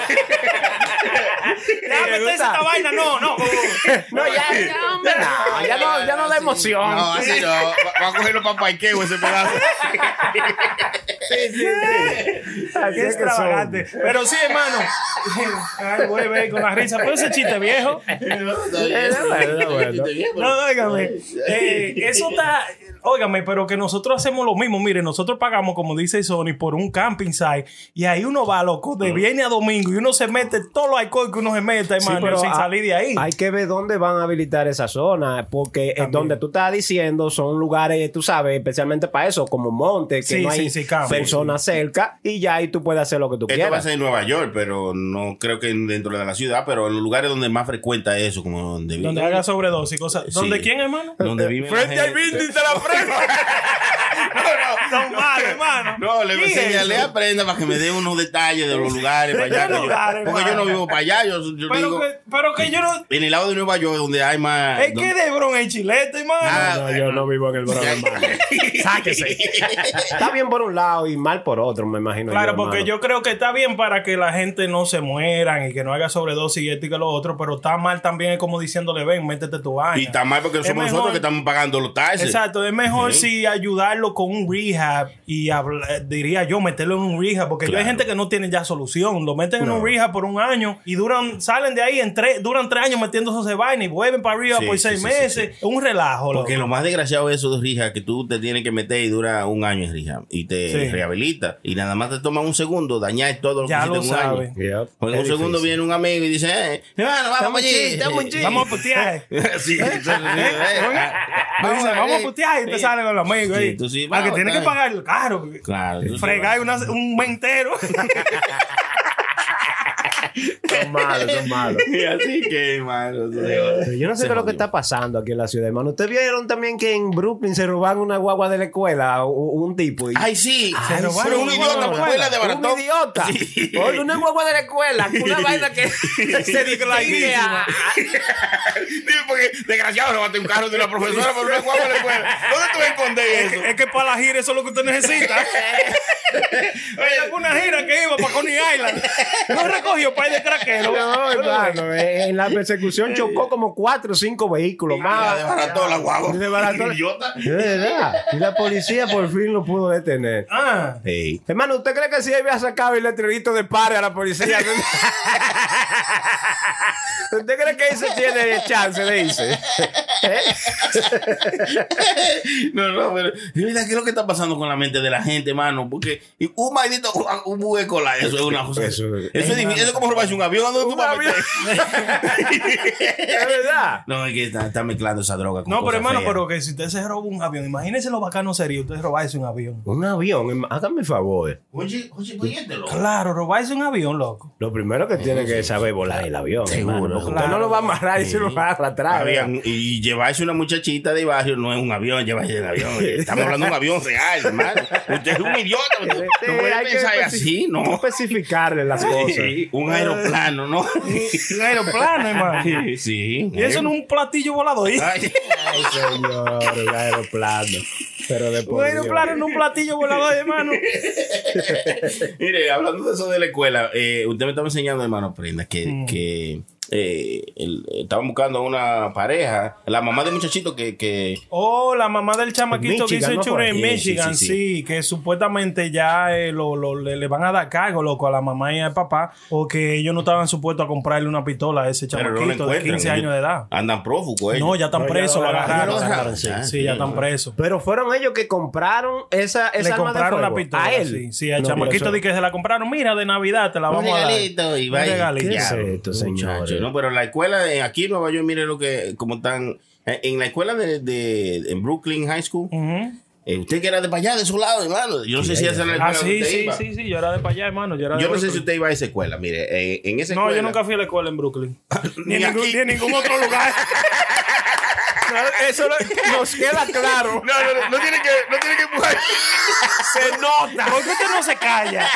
Ya, meterse gusta. esta vaina, no, no. No, ya, ya, hombre, Ah, no, ya no, ya no da emoción. así no. Va, a cogerlo para parqueo ese pedazo. Así Qué es que son. extravagante. Pero sí, hermano. Ay, güey, ve con la risa. Pero ese chiste viejo. Eh, bueno, bueno. No, óigame. Eh, eso está. Óigame, pero que nosotros hacemos lo mismo. Mire, nosotros pagamos, como dice Sony, por un camping site. Y ahí uno va, loco, de viernes a domingo. Y uno se mete todo lo alcohol que uno se meta, Sí, hermano, pero sin ha- salir de ahí. Hay que ver dónde van a habilitar esa zona, porque es donde tú estás diciendo son lugares, tú sabes, especialmente para eso, como montes, que Sí, no sí, hay sí, campo. personas cerca, y ya ahí tú puedes hacer lo que tú Esto va a quieras. ser en Nueva York, pero no creo que en- dentro de la ciudad, pero en los lugares donde más frecuenta es eso, como donde vive. Donde haga sobredosis, cosas. Sí. ¿Donde quién, hermano? donde vive la gente. Don Mario, hermano. No, le ¿Quién es enseñé, eso? le aprenda para que me dé unos detalles de los lugares para ¿De qué allá. que yo- lugares, porque yo no hermano? vivo para allá, yo, yo Pero digo, que, pero que yo no. en el lado de Nueva York donde hay más... Es que donde- de bron el chilete, hermano. Ah, No, yo no vivo en el Bronx, hermano. Sáquese. Está bien por un lado y mal por otro, me imagino. Claro, yo, porque hermano. yo creo que está bien para que la gente no se mueran y que no haga sobredosis y esto y que lo otro, pero está mal también es como diciéndole, ven, métete tu baño. Y está mal porque Es somos mejor- nosotros que estamos pagando los taxes. Exacto, es mejor si ayudarlo con un rehab y habla- diría yo meterlo en un rehab, porque yo hay Claro. gente que no tiene ya solución, lo meten en un rehab por un año y duran, salen de ahí, en tres, duran tres años metiéndose ese vaina y vuelven para rehab Sí, por sí, seis sí, sí, meses, Es un relajo. Porque loco. lo más desgraciado es eso de Rija, que tú te tienes que meter y dura un año en Rija y te Sí. rehabilita. Y nada más te toma un segundo, dañar todo lo que Ya hiciste lo en un sabe. año. Yep. Porque en Es un segundo difícil. viene un amigo y dice, eh, hermano, vamos allí. Vamos a putear. Sí, sí, sí, sí, Vamos, allí. vamos a putear y te eh, Sí. salen con los amigos. Sí, ahí. tú sí, Ah, que vamos, tienes que está bien. pagar el carro. Claro. tú sí Fregar vas. una- un mentero. Son malos, son malos. Y así que, hermano. tú Pero yo no sé Se qué es lo que jodió. está pasando aquí en la ciudad, hermano. ¿Ustedes vieron también que en Brooklyn se robaron una guagua de la escuela u- un tipo? Y... Ay, sí. Ay, Se robaron robaron un una idiota guagua. por escuela de baratón. Un idiota. Oye, una guagua de la escuela, una vaina que se distingue a... Sí, porque desgraciado robaste un carro de una profesora por una guagua en la escuela. ¿Dónde tú vas a esconder es, eso? que, es que para la gira eso es lo que usted necesita. Era una gira que iba para Coney Island. No recogió para ir de craquero. No, hermano, eh, en la persecución chocó como cuatro o cinco vehículos Ah, más. desbarató la guagua. Desbarató la- Idiota. De verdad. Y la policía por fin lo pudo detener. Ah, Ey. Hermano, ¿usted cree que si había sacado el letrerito de pare a la policía? ¿Usted cree que eso tiene chance de irse? No, no, pero mira qué es lo que está pasando con la mente de la gente, mano. Porque que y un maldito un hueco la eso es una cosa. Eso Eso, es- es difícil, eso es como robarse un avión. ¿dónde tú Un vas a avión. meter? Es verdad. No, es que está, está mezclando esa droga. Con No, pero cosas hermano, feas. pero que si usted se roba un avión, imagínese lo bacano sería usted robarse un avión. Un avión, em- hágame favor. Oye, oye, póyetelo. Claro, robarse un avión, loco. Lo primero que tiene que saber volar el avión. Seguro, hermano, porque claro. Usted no lo va a amarrar y Sí. se lo va a arrastrar. ¿verdad? Habían- y llevarse una muchachita de barrio no es un avión, llevarse el avión. eh, Estamos hablando de un avión real, hermano. Usted es un idiota. No Sí, puede hay que pensar especi- así, hay que ¿no? especificarle las cosas. Sí, un aeroplano, ¿no? Un aeroplano, hermano. Sí, sí. eh. Y eso no es un platillo volador. ¿eh? Ay, Ay, señor, un aeroplano. Pero de por Un Dios. aeroplano no es un platillo volador, hermano. Mire, hablando de eso de la escuela, eh, usted me estaba enseñando, hermano Prenda, que, Mm. que eh, el- estaban buscando a una pareja, la mamá de muchachito que, que Oh, la mamá Pues del chamaquito que hizo Michigan, el ¿no? churro en Sí, sí, Michigan, sí, sí, sí. que supuestamente ya eh, lo- lo- le, le van a dar cargo, loco, a la mamá y al papá, porque ellos no estaban supuestos a comprarle una pistola a ese pero no la chamaquito de encuentran. 15 años de edad. Andan prófugos ellos. No, ya están No, ya presos, lo lo agarraron, agarraron. ya lo agarraron, Sí, ya, sí, ya sí. están presos. Pero fueron ellos que compraron esa, esa Le arma compraron de la fuego. pistola. A él. Sí, sí, al No, chamaquito pero de eso- que se la compraron. Mira, de Navidad te la Un vamos a dar. regalito y Un va y- regalito. ¿Qué es Ya, esto, Muchacho, señores? no, pero la escuela de aquí en Nueva York, mire lo que, como están. eh, En la escuela de, de- en Brooklyn High School, Ujú. eh, usted que era de para allá, de su lado, hermano. Yo no sé si esa era la escuela Ah, donde sí, usted sí, iba. sí, sí. Yo era de para allá, hermano. Yo, era de Yo no sé si Brooklyn. usted iba a esa escuela, mire, eh, en esa No, escuela. yo nunca fui a la escuela en Brooklyn. Ni en ningún- aquí. ni en ningún otro lugar. No, Eso lo- nos queda claro. No, no, no, no tiene que, no tiene que empujar. Se nota. ¿Por qué usted no se calla?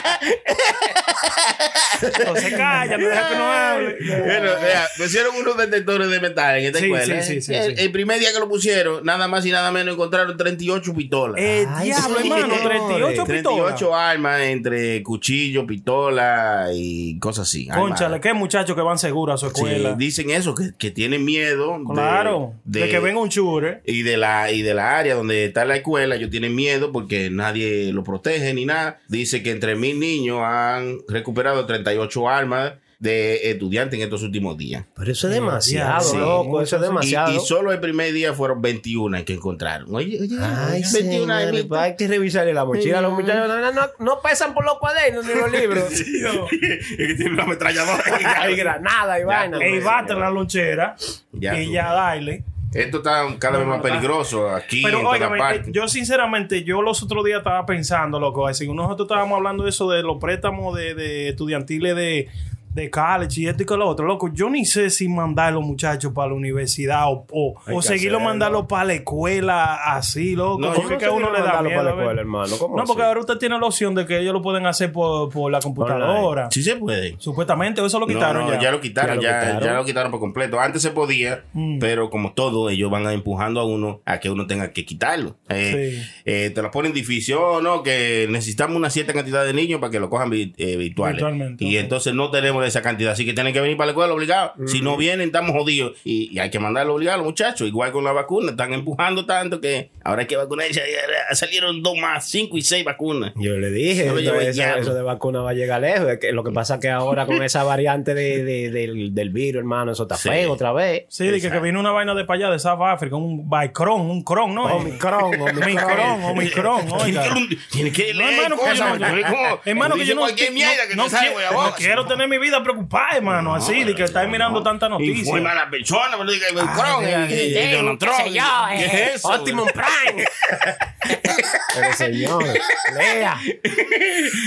No se calla, no deja que no hable. Bueno, o sea, pusieron unos detectores de metal en esta Sí, escuela. sí, ¿eh? sí, sí, el, sí. el primer día que lo pusieron, nada más y nada menos encontraron 38 pistolas. Eh, Eh, Ay, diablo, sí, hermano. señores. 38 pistolas. 38 armas entre cuchillo, pistola y cosas así. armas. Conchale, qué muchachos que van seguros a su Sí, escuela. dicen eso, que, que tienen miedo. de- claro. De, que venga un chure. Y de, la, y de la área donde está la escuela, ellos tienen miedo porque nadie lo protege ni nada. Dice que entre mil niños han recuperado 38 armas de estudiantes en estos últimos días. Pero eso es demasiado, Sí. loco. Eso es Y, demasiado. y solo el primer día fueron 21 que encontraron. Oye, oye, Ay, 21 señores, armitas. pues hay que revisarle la mochila a los muchachos. No, no, no, no pesan por los cuadernos ni los libros. Es que tiene una ametralladora. Hay granada y pues. vaina. Ey, Eso bate e la lonchera. Ya y tú. ya dale. Esto está cada vez más peligroso aquí en Pero todas óigame, partes. eh, yo sinceramente, yo los otros días estaba pensando, loco, así que nosotros estábamos hablando de eso de los préstamos de, de estudiantiles de, de college y esto y que lo otro, loco, yo ni sé si mandar a los muchachos para la universidad o, o, Hay o que seguirlo hacerlo. mandarlo para la escuela así, loco, No, yo porque no es que a uno le da mandarlo miedo. para la a ver. escuela, hermano. ¿Cómo No, porque así? ahora usted tiene la opción de que ellos lo pueden hacer por, por la computadora. Sí se puede. Supuestamente, o eso lo No, quitaron no, ya. ya. lo quitaron, ya Ya ya lo lo quitaron, quitaron. por completo. Antes se podía, Mm. pero como todo, ellos van empujando a uno a que uno tenga que quitarlo. Eh, Sí. eh, te lo ponen difícil, oh, no, que necesitamos una cierta cantidad de niños para que lo cojan vi- eh, virtuales. Virtualmente, y ok. entonces no tenemos esa cantidad, así que tienen que venir para la escuela obligado. Si Mm. no vienen, estamos jodidos. Y, y hay que mandarlo obligado a los muchachos. Igual con la vacuna, están empujando tanto que ahora hay que vacunar. Ya- ya Salieron dos más, cinco y seis vacunas. Yo le dije, No lo llevé eso, ya. eso de vacuna va a llegar lejos. Es que lo que pasa es que ahora con esa variante de, de- del, del virus, hermano, eso está Sí. feo otra vez. Sí, de que, que vino una vaina de para allá, de South Africa, un Bicron, un Cron, ¿no? Omicron, Omicron. Omicron, Omicron, Tiene oiga. que ir un- tiene que ir No, leer hermano, que yo cosas, no- porque es como- hermano, que dice yo no, cualquier no- mierda que no te sale, quiero, güey, no abajo. quiero tener mi vida preocupada, hermano, así, de que estáis mirando tanta noticia. Informa a la persona, pero diga, el Cron, el- el- el Donald Trump. ¿Qué es eso? Optimum Prime. Pero señor, lea.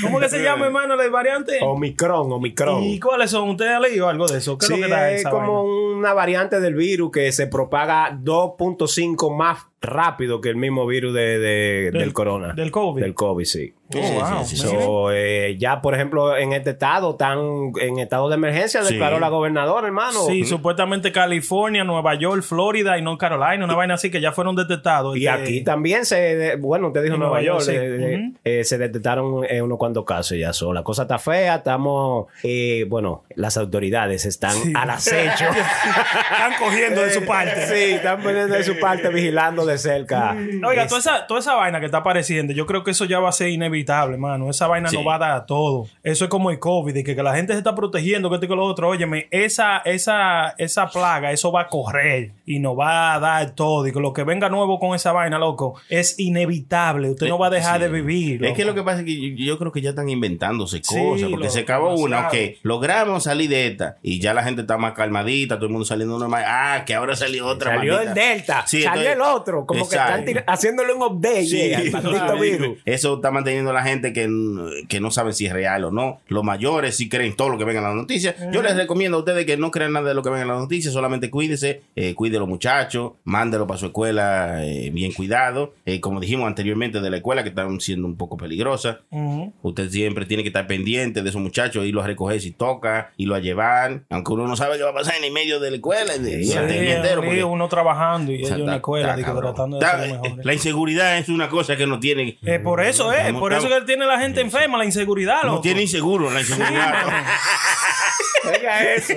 ¿Cómo que se llama, hermano, la variante? Omicron, Omicron. ¿Y cuáles son? ¿Ustedes han leído algo de eso? ¿Qué Sí, es lo que da es esa como vaina? una variante del virus que se propaga 2.5 más rápido que el mismo virus de, de- del, corona. Del COVID. Del COVID, sí. Oh, wow. sí, Miren. So, eh, ya, por ejemplo, en este estado, tan en estado de emergencia, Sí. declaró la gobernadora, hermano. Sí, supuestamente California, Nueva York, Florida y North Carolina, una vaina así que ya fueron detectados. Y Este, aquí también se, de- bueno, usted dijo En Nueva York, Nueva York, sí. de- de- Ujú. eh, se detectaron eh, unos cuantos casos ya. So, la cosa está fea, estamos, eh, bueno, las autoridades están al acecho. Están cogiendo de su parte. Mm. Sí, están poniendo de su parte vigilando de de cerca. Oiga, toda esa, toda esa vaina que está apareciendo, yo creo que eso ya va a ser inevitable, mano. Esa vaina Sí. no va a dar a todo. Eso es como el COVID, de que, que la gente se está protegiendo, que esto y que lo otro. Óyeme, esa, esa, esa plaga, eso va a correr y nos va a dar todo. Y que lo que venga nuevo con esa vaina, loco, es inevitable. Usted no va a dejar Sí. de vivir. Es que loco. lo que pasa es que yo, yo creo que ya están inventándose Sí, cosas, porque loco, se acaba una, ok, demasiado. logramos salir de esta y ya la gente está más calmadita, todo el mundo saliendo normal. Ah, que ahora salió otra. Salió maldita. el Delta, Sí, salió entonces- el otro, como Exacto. que están tira- haciéndole un update Sí, eh, al maldito claro. virus. Eso está manteniendo a la gente que, que no sabe si es real o no. Los mayores sí creen todo lo que ven en las noticias. Yo les recomiendo a ustedes que no crean nada de lo que ven en las noticias, solamente cuídense, eh, cuide a los muchachos, mándelo para su escuela eh, bien cuidado. Eh, como dijimos anteriormente de la escuela, que están siendo un poco peligrosas. Ujú. Usted siempre tiene que estar pendiente de esos muchachos, irlos a recoger si toca, irlo a llevar, aunque uno no sabe qué va a pasar en el medio de la escuela. y de- y Sí, el día entero, sí, porque- uno trabajando y o sea, ellos en la está- escuela, está de que cabrón. tratando de Está- ser mejores. La inseguridad es una cosa que no tiene. Eh, por eso es, Estamos- por eso que tiene la gente enferma, la inseguridad, No loco. tiene inseguro la inseguridad. ¿no? Oiga eso.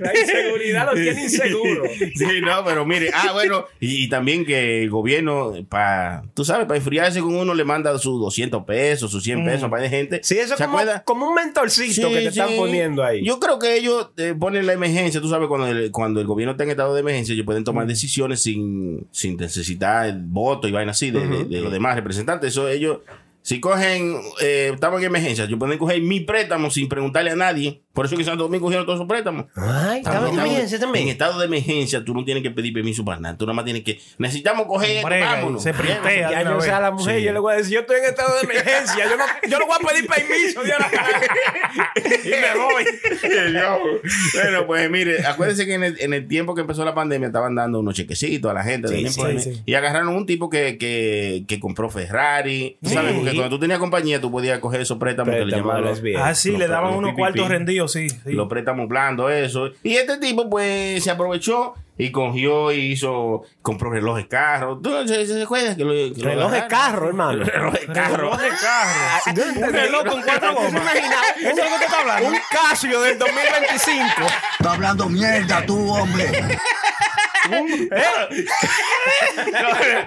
La inseguridad lo tiene inseguro. Sí, no, pero mire, ah, bueno, y, y también que el gobierno, para, tú sabes, para enfriarse con uno le manda sus 200 pesos, sus 100 pesos para de gente. Mm. Sí, eso es ¿Se como, acuerda? como un mentorcito que te Sí, están sí. poniendo ahí. Yo creo que ellos eh, ponen la emergencia, tú sabes, cuando el, cuando el gobierno está en estado de emergencia, ellos pueden Mm. tomar decisiones sin, sin necesitar el voto y vaina así de, de- de los demás representantes. Eso ellos, si cogen, eh, estamos en emergencia, yo pueden coger mi préstamo sin preguntarle a nadie. Por eso que Santo Domingo cogieron todos sus préstamos. Ay, Estamos en estado- En estado de emergencia, tú no tienes que pedir permiso para nada. Tú nada más tienes que. Necesitamos coger esto, Brega, vámonos. se printea de Ya una yo sé vez. a la mujer, Sí. yo le voy a decir, yo estoy en estado de emergencia, yo no, yo no voy a pedir permiso de ahora en adelante. y me voy. bueno, pues mire, acuérdense que en el, en el tiempo que empezó la pandemia estaban dando unos chequecitos a la gente. de sí, tiempo, sí. Y agarraron un tipo que, que, que compró Ferrari. Tú sabes, porque cuando tú tenías compañía, tú podías coger esos préstamos que le Préstamo llamaban de los, los bienes. Ah, sí, Los- le daban los unos PPP. cuartos rendidos, sí. sí. los préstamos blandos, eso. Y este tipo, pues, se aprovechó. Y cogió y hizo, compró relojes carros. ¿Tú se, se- se acuerdas que lo, que lo Reloj de agarraron? carro, hermano. Reloj de carro. Reloj de carro. Ah, Un reloj con cuatro gomas. Eso es lo que te está hablando. Un Casio del 2025. Está hablando mierda tú, hombre. ¿eh?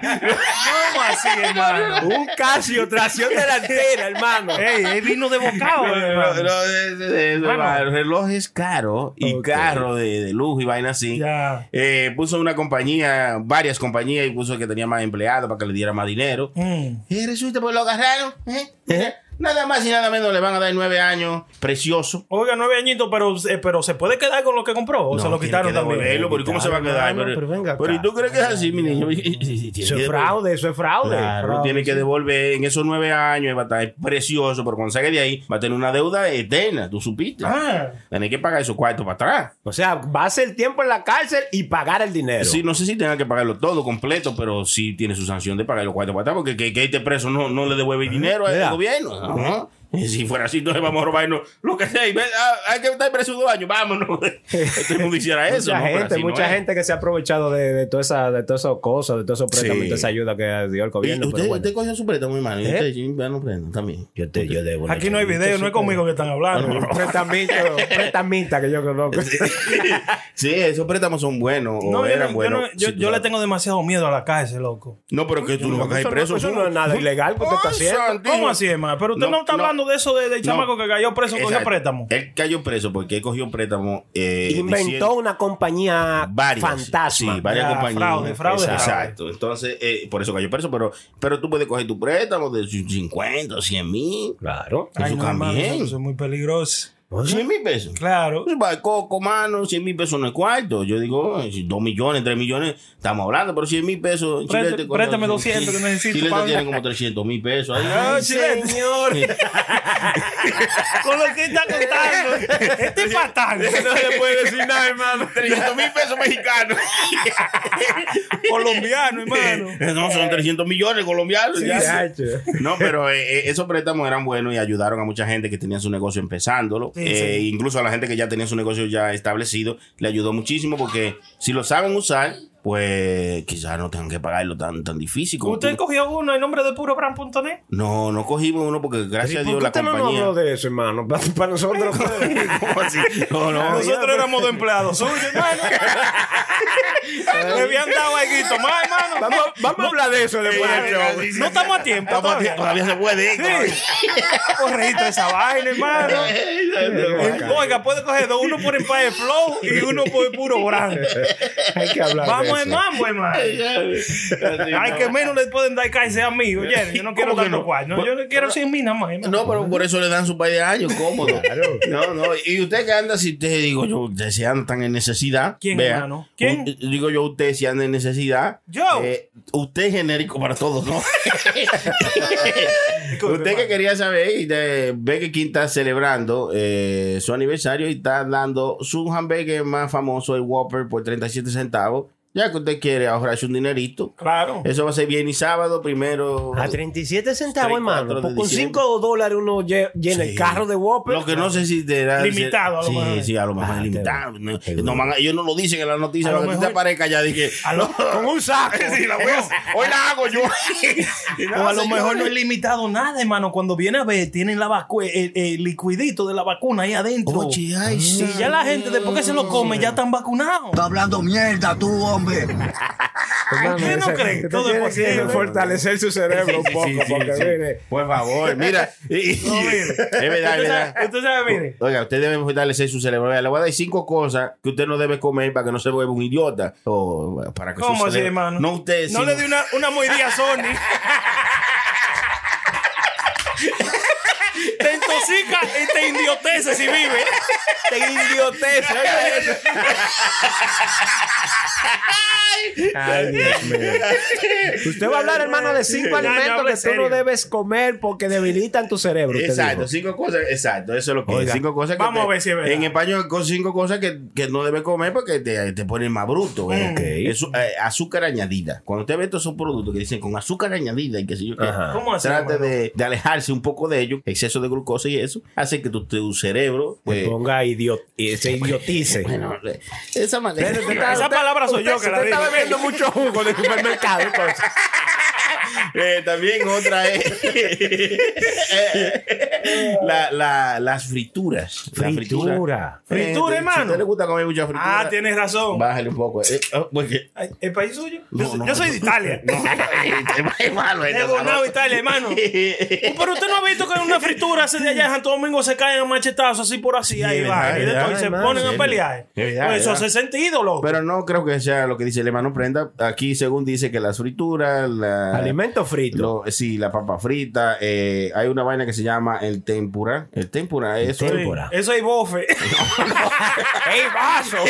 ¿Cómo así, hermano? Un Casio tracción delantera, hermano. Ey, él vino de bocado, No, hermano. no, es- es- es- Bueno. va, el reloj es caro y Ok. carro de, de lujo y vaina así. Ya. Eh, puso una compañía, varias compañías, y puso que tenía más empleados para que le diera más dinero. Mm. Y resulta, pues lo agarraron. ¿eh? ¿eh? Nada más y nada menos le van a dar nueve años. Precioso. Oiga, nueve añitos, pero, eh, pero ¿se puede quedar con lo que compró? ¿O se lo tiene quitaron que también? devolverlo, pero ¿y ¿Cómo se va a quedar? hermano, pero venga pero ¿y acá. tú crees que es así, mi niño? Eso es fraude, eso es fraude. Claro, tiene que devolver en esos nueve años, va a estar precioso, pero cuando salga de ahí va a tener una deuda eterna, tú supiste. Ah. Tenés que pagar esos cuartos para atrás. O sea, va a ser tiempo en la cárcel y pagar el dinero. Sí, no sé si tenga que pagarlo todo completo, pero sí tiene su sanción de pagar los cuartos para atrás, porque que, que este preso no, no le devuelve dinero al Mira. gobierno. Ajá. Y Si fuera así, entonces vamos a robarnos lo que sea. y ve, ah, hay que estar preso dos años, vámonos. Todo el mundo hiciera eso. mucha ¿no? Pero gente, así no mucha es. gente que se ha aprovechado de, de todas esas de todas esas cosas, de todos esos préstamos, Sí. de esa ayuda que dio el Y gobierno. usted, pero bueno. usted cogió su préstamo, mi hermano. y ¿Eh? Usted, yo no prendo también. Yo te, yo debo. Aquí no hay video, no es conmigo que están hablando. Prestamita, prestamita que yo conozco. Sí, esos préstamos son buenos No, o yo, eran no- yo, buenos. no- yo- yo Sí, le claro. tengo demasiado miedo a la cárcel, loco. No, pero que tú no vas a Eso caer no- preso. eso tú. no es nada ilegal que usted está Ay, haciendo. Santi. ¿Cómo así, hermano? Pero usted No, no, está no. hablando de eso de- del No. chamaco que cayó preso con el Exacto. Eh, préstamo. Él cayó preso porque él cogió préstamo. eh, Inventó diciendo- una compañía varias, fantasma. Sí, varias Ya, compañías. fraude, fraude, Exacto. fraude. Exacto. Entonces, eh, por eso cayó preso, pero, pero tú puedes coger tu préstamo de 50 o 100 mil. Claro. Ay, Eso no, hermano, también. eso es muy peligroso. 100 mil pesos. Claro. Pues, para el coco, mano, 100 mil pesos no es cuarto. Yo digo, 2 millones, 3 millones, estamos hablando, pero 100 mil pesos. en Preste- Chile te- préstame 200 que necesito, Chile te pana. tiene como 300 mil pesos. ahí. Ay, Chilete. señor. Con lo que está contando. Este es patán. No le puede decir nada, hermano. 300 mil pesos mexicanos. Colombiano, hermano. No, son 300 millones colombianos. ya. No, pero eh, eh, esos préstamos eran buenos y ayudaron a mucha gente que tenía su negocio empezándolo. Sí, Eh, sí. Incluso a la gente que ya tenía su negocio ya establecido, le ayudó muchísimo porque si lo saben usar, pues quizás no tengan que pagarlo tan, tan difícil. Como Usted tú- cogió uno en nombre de purobrand.net. No, no cogimos uno porque gracias a ¿Por Dios qué la usted no nos compañía. habló de eso, hermano? Para, para nosotros. ¿Cómo así? No, no. Ah, Nosotros éramos dos empleados suyos, hermano. Le habían dado algo más, hermano. vamos vamos a hablar de eso después del show. No estamos a tiempo. todavía. Todavía se puede. todavía. Correcto esa vaina, hermano. Oiga, puede coger dos, uno por Empire Flow y uno por puro brand. Hay que hablar de Vamos eso. en mambo, hermano. Ay, que menos le pueden dar cárcel a mí, oye. Yo no quiero ¿Cómo que tanto no? cual. No, Pues- yo no quiero 100 mil nada más, hermano. No, pero por eso le dan su par de años, cómodo. No, no. Y usted que anda, si te digo yo, ustedes si andan tan en necesidad. ¿Quién, vea, hermano? ¿Quién? un- digo yo, usted si anda en necesidad. Yo. eh, usted es genérico para todos, ¿no? usted que quería saber y de- ve que King está celebrando eh, su aniversario y está dando su hamburger más famoso, el Whopper, por 37 centavos. Ya que usted quiere ahorrarse un dinerito. Claro. Eso va a ser bien y sábado, primero. A 37 centavos, 3, 4 hermano. de Por- Con diciembre. 5 dólares uno lle- llena Sí. el carro de Whopper. Lo que no sé si te da- Limitado, a lo sí, mejor. Sí, a lo mejor Ah, limitado. No, seguro. no van a- ellos no lo dicen en la noticia. A lo Lo que tú te mejor- aparezca ya dije. A lo- Con un saco. Sí, la voy a hacer. Hoy la hago yo. o a lo mejor no es limitado nada, hermano. Cuando viene a ver, tienen la vacu el, el liquidito de la vacuna ahí adentro. Oye, ay, sí. y ya la gente, después que se lo come, ya están vacunados. Está hablando mierda tú, hombre. Hermano, ¿Usted no esa- cree? usted Todo es tiene posible. que fortalecer su cerebro un Sí, poco. sí, sí, porque sí. mire, Por favor, mira. Y- No, mire. es verdad, es Usted verdad. sabe- usted sabe, mire. Oiga, usted debe fortalecer su cerebro. Vea, Le voy a dar cinco cosas que usted no debe comer para que no se vuelva un idiota. O para que su ¿Cómo así, cerebro- hermano? No usted. No sino- le di una, una mordida a Sony. te intoxica y te idiotece si vive. Te idiotece. Ay, Dios mío. Usted va a hablar, hermano, de cinco Ya, ya alimentos habla que en tú serio. no debes comer porque debilitan tu cerebro. usted Exacto, dijo. cinco cosas, exacto, eso es lo que es. Oiga, Cinco cosas que vamos te- a ver si es verdad. En español, con cinco cosas que, que no debe comer porque te, te ponen más bruto. ¿eh? Ok. Es, eh, azúcar añadida. Cuando usted ve todos esos productos que dicen con azúcar añadida y qué sé yo, qué, Ajá. ¿Cómo así, trate hermano? de, de alejarse un poco de ello. Exceso de glucosa y eso hace que tu, tu cerebro Que pues, ponga idiot, eh, se idiotice. bueno, de esa manera. Pero usted Esa palabra soy usted- yo que la usted está digo. bebiendo mucho jugo del supermercado. entonces. Eh, también otra es la- la- las frituras. La Fritura. Fritura, Eh, Si a hermano. usted le gusta comer mucha fritura. Ah, tienes razón. Bájale un poco. eh, oh, porque Ay, ¿El país suyo? No, yo, no, yo soy de no. Italia. No, es malo. eh, De Bonao, Italia, hermano. Pero usted no ha visto que en una fritura hace de allá en Santo Domingo se caen a machetazos así por así, ahí es va, verdad, y de todo, es y verdad, se hermano, ponen sí. a pelear. Es verdad, Pues eso es verdad. hace sentido, loco. Pero no creo que sea lo que dice el hermano Prenda. Aquí, según dice, que las frituras, la, Alimento frito. Ah, lo- eh, sí, la papa frita, eh, hay una vaina que se llama el tempura. El tempura es Sí, Tempura. Eso es bofe. ¡Ey, vaso!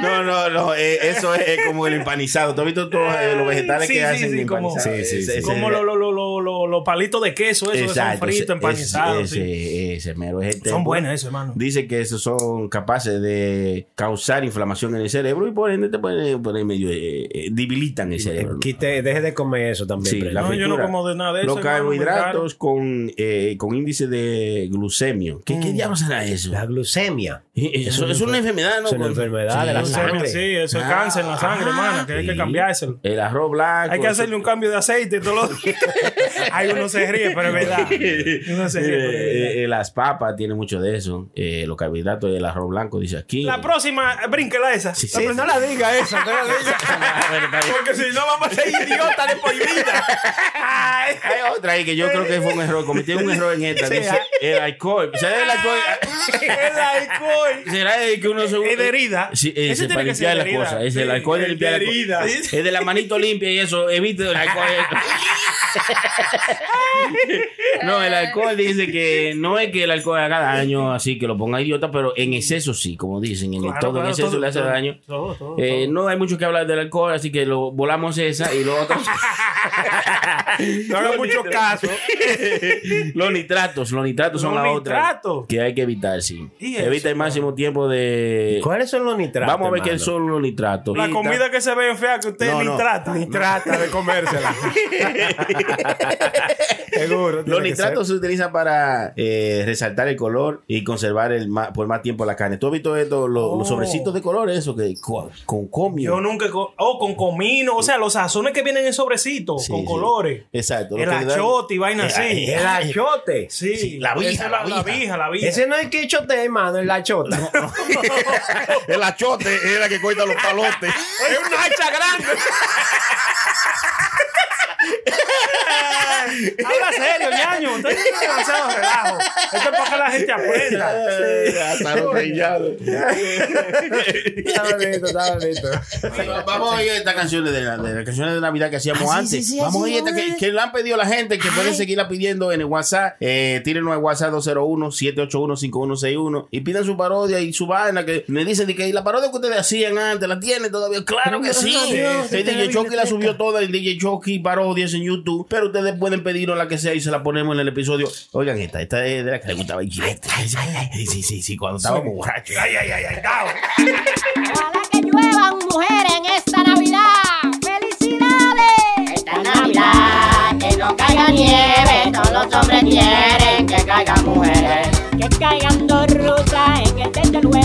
No, no, no, eh, eso es, eh, como el empanizado. ¿Tú has visto todos eh, los vegetales Sí, que sí, hacen sí, como- empanizados? Sí, sí, Ese- sí. ese- Como los lo, lo- lo- lo- los palitos de queso, eso que son Exacto, fritos, ese- empanizados. Ese, sí. ese mero es el Son tempura. buenas eso, hermano. Dice que esos son capaces de causar inflamación en el cerebro y por ende te ponen, ponen medio. eh, eh, debilitan el cerebro. ¿no? Quite, deje de comer eso también. Sí, pero- la No, yo no fritura. como de nada de eso, Los hermano, muy carbohidratos con, eh, con índice de glucemio. ¿Qué, Mm. ¿qué diablos será eso? La glucemia. Eh, Eso, es una enfermedad, ¿no? es una Con- enfermedad de la Sí. sangre. Sí, eso es cáncer en la sangre, hermano, que hay que Ah, Sí. cambiárselo. El arroz blanco. Hay que hacerle un cambio de aceite todos los días. Ay, uno se ríe, pero es verdad. Uno se ríe, pero es verdad. Eh, eh, las papas tienen mucho de eso. Eh, los carbohidratos, el arroz blanco, dice aquí. La próxima, eh, brínquela esa. Sí, sí. No, pero no la diga esa, no la diga. Porque si no vamos a ser idiotas de por vida. Ay. Hay otra ahí que yo creo que fue un error. Cometí un error en esta. Dice ah. el alcohol. ¿Será el alcohol? El alcohol. ¿Será el que uno se Es de herida. Sí, eh, ese Ese para tiene que ser limpiar de las herida. cosas. Es el Sí, alcohol de el limpiar de las herida. cosas. Es de la manito limpia y eso. Evite el alcohol. no, el alcohol dice que no es que el alcohol haga daño, así que lo ponga idiota, pero en exceso sí, como dicen. En Claro, todo en claro, exceso todo, le hace todo, daño. todo, todo, Eh, todo. no hay mucho que hablar del alcohol, así que lo volamos esa y lo otro. No hagan mucho caso. los nitratos, los nitratos son Los la otra nitratos. que hay que evitar, sí. ¿Y Evita eso? el máximo tiempo de. ¿Cuáles son los nitratos? Vamos a ver qué hermano? son los nitratos. La comida que se ve fea que usted No, ni no. trata. Ni trata de comérsela. Seguro. Los tiene que nitratos se utilizan para eh, resaltar el color y conservar el ma- por más tiempo la carne. ¿Tú has visto esto, lo- Oh. los sobrecitos de color, eso que co- con comio? Yo nunca. co- Oh, con comino. O sea, los sazones que vienen en sobrecito, Sí, con sí. colores. Exacto. lo El que le dan- achote y vaina Eh, así. eh, ser. El achote. Sí, sí, la esa vija, es la la vija. vija, la vija. Ese no es el que chotea, hermano, el achota. el achote es la que corta los palotes. es una hacha grande. Habla serio, ñaño. Usted tiene demasiado relajo. Esto es para que la gente aprenda. Hasta los brillados. está bonito, está bonito. Bueno, Vamos a oír estas canciones de, la- de las canciones de Navidad que hacíamos Ah, sí, antes. sí, sí, Vamos a sí, oír estas vamos a que, ver. que le han pedido a la gente, que pueden Ay. seguirla pidiendo en el WhatsApp. Eh, tírenos al WhatsApp 201-781-5161 y pidan su parodia y su vaina. Que me dicen de que "¿Y la parodia que ustedes hacían antes la tienen todavía. Claro que sí. El DJ Chucky la subió toda, el DJ Chucky parodias en YouTube. Pero ustedes pueden pedirnos la que sea y se la ponemos en el episodio. Oigan, esta, esta es de la que le gustaba el Gillette. Sí, sí, sí, sí, cuando estábamos borrachos. Ay, ay, ay, ay, cao. Ojalá que lluevan mujeres en esta Navidad. ¡Felicidades! Esta Navidad, que no caiga nieve, todos los hombres quieren que caigan mujeres. Que caigan dos rusas en el 39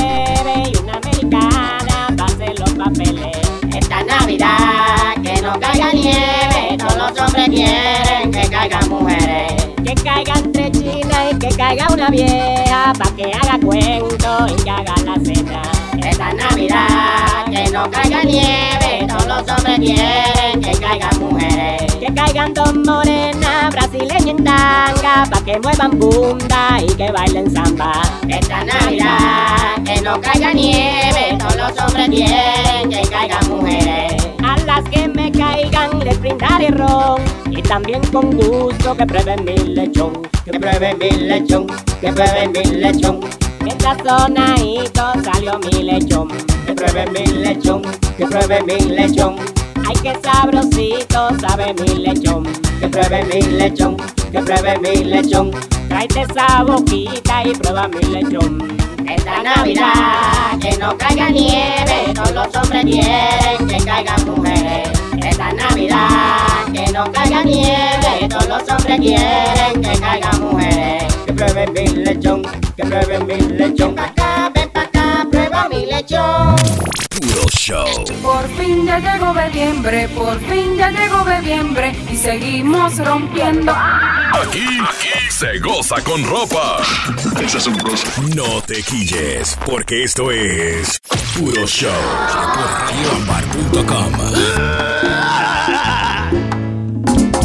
y una americana pase los papeles. Esta Navidad, que no caiga nieve, todos los hombres quieren que caigan mujeres. Que caigan tres chinas y que caiga una vieja pa' que haga cuento y que haga la cena. Esta Navidad, que no caiga nieve, todos los hombres quieren que caigan mujeres. Que caigan dos morenas brasileñas en tanga pa' que muevan bunda y que bailen samba. Esta Navidad, que no caiga nieve, todos los hombres quieren que caigan mujeres. A las que me caigan les brindaré ron y también con gusto que prueben mi lechón. Que prueben mi lechón, que prueben mi lechón, En sazonadito salió mi lechón. que prueben mi lechón, que prueben mi lechón, Ay, qué sabrosito sabe mi lechón. que prueben mi lechón, que prueben mi lechón. Tráete esa boquita y prueba mi lechón. Esta Navidad, que no caiga nieve, todos los hombres quieren que caigan mujeres. Esta Navidad, que no caiga nieve, todos los hombres quieren que caigan mujeres. Que prueben mi lechón, que prueben mi lechón. Ven pa' acá, ven pa' acá, prueba mi lechón. Puro show. Por fin ya llegó noviembre, por fin ya llegó noviembre y seguimos rompiendo. Aquí, aquí se goza con ropa. No te quilles, porque esto es Puro Show por radioambar.com.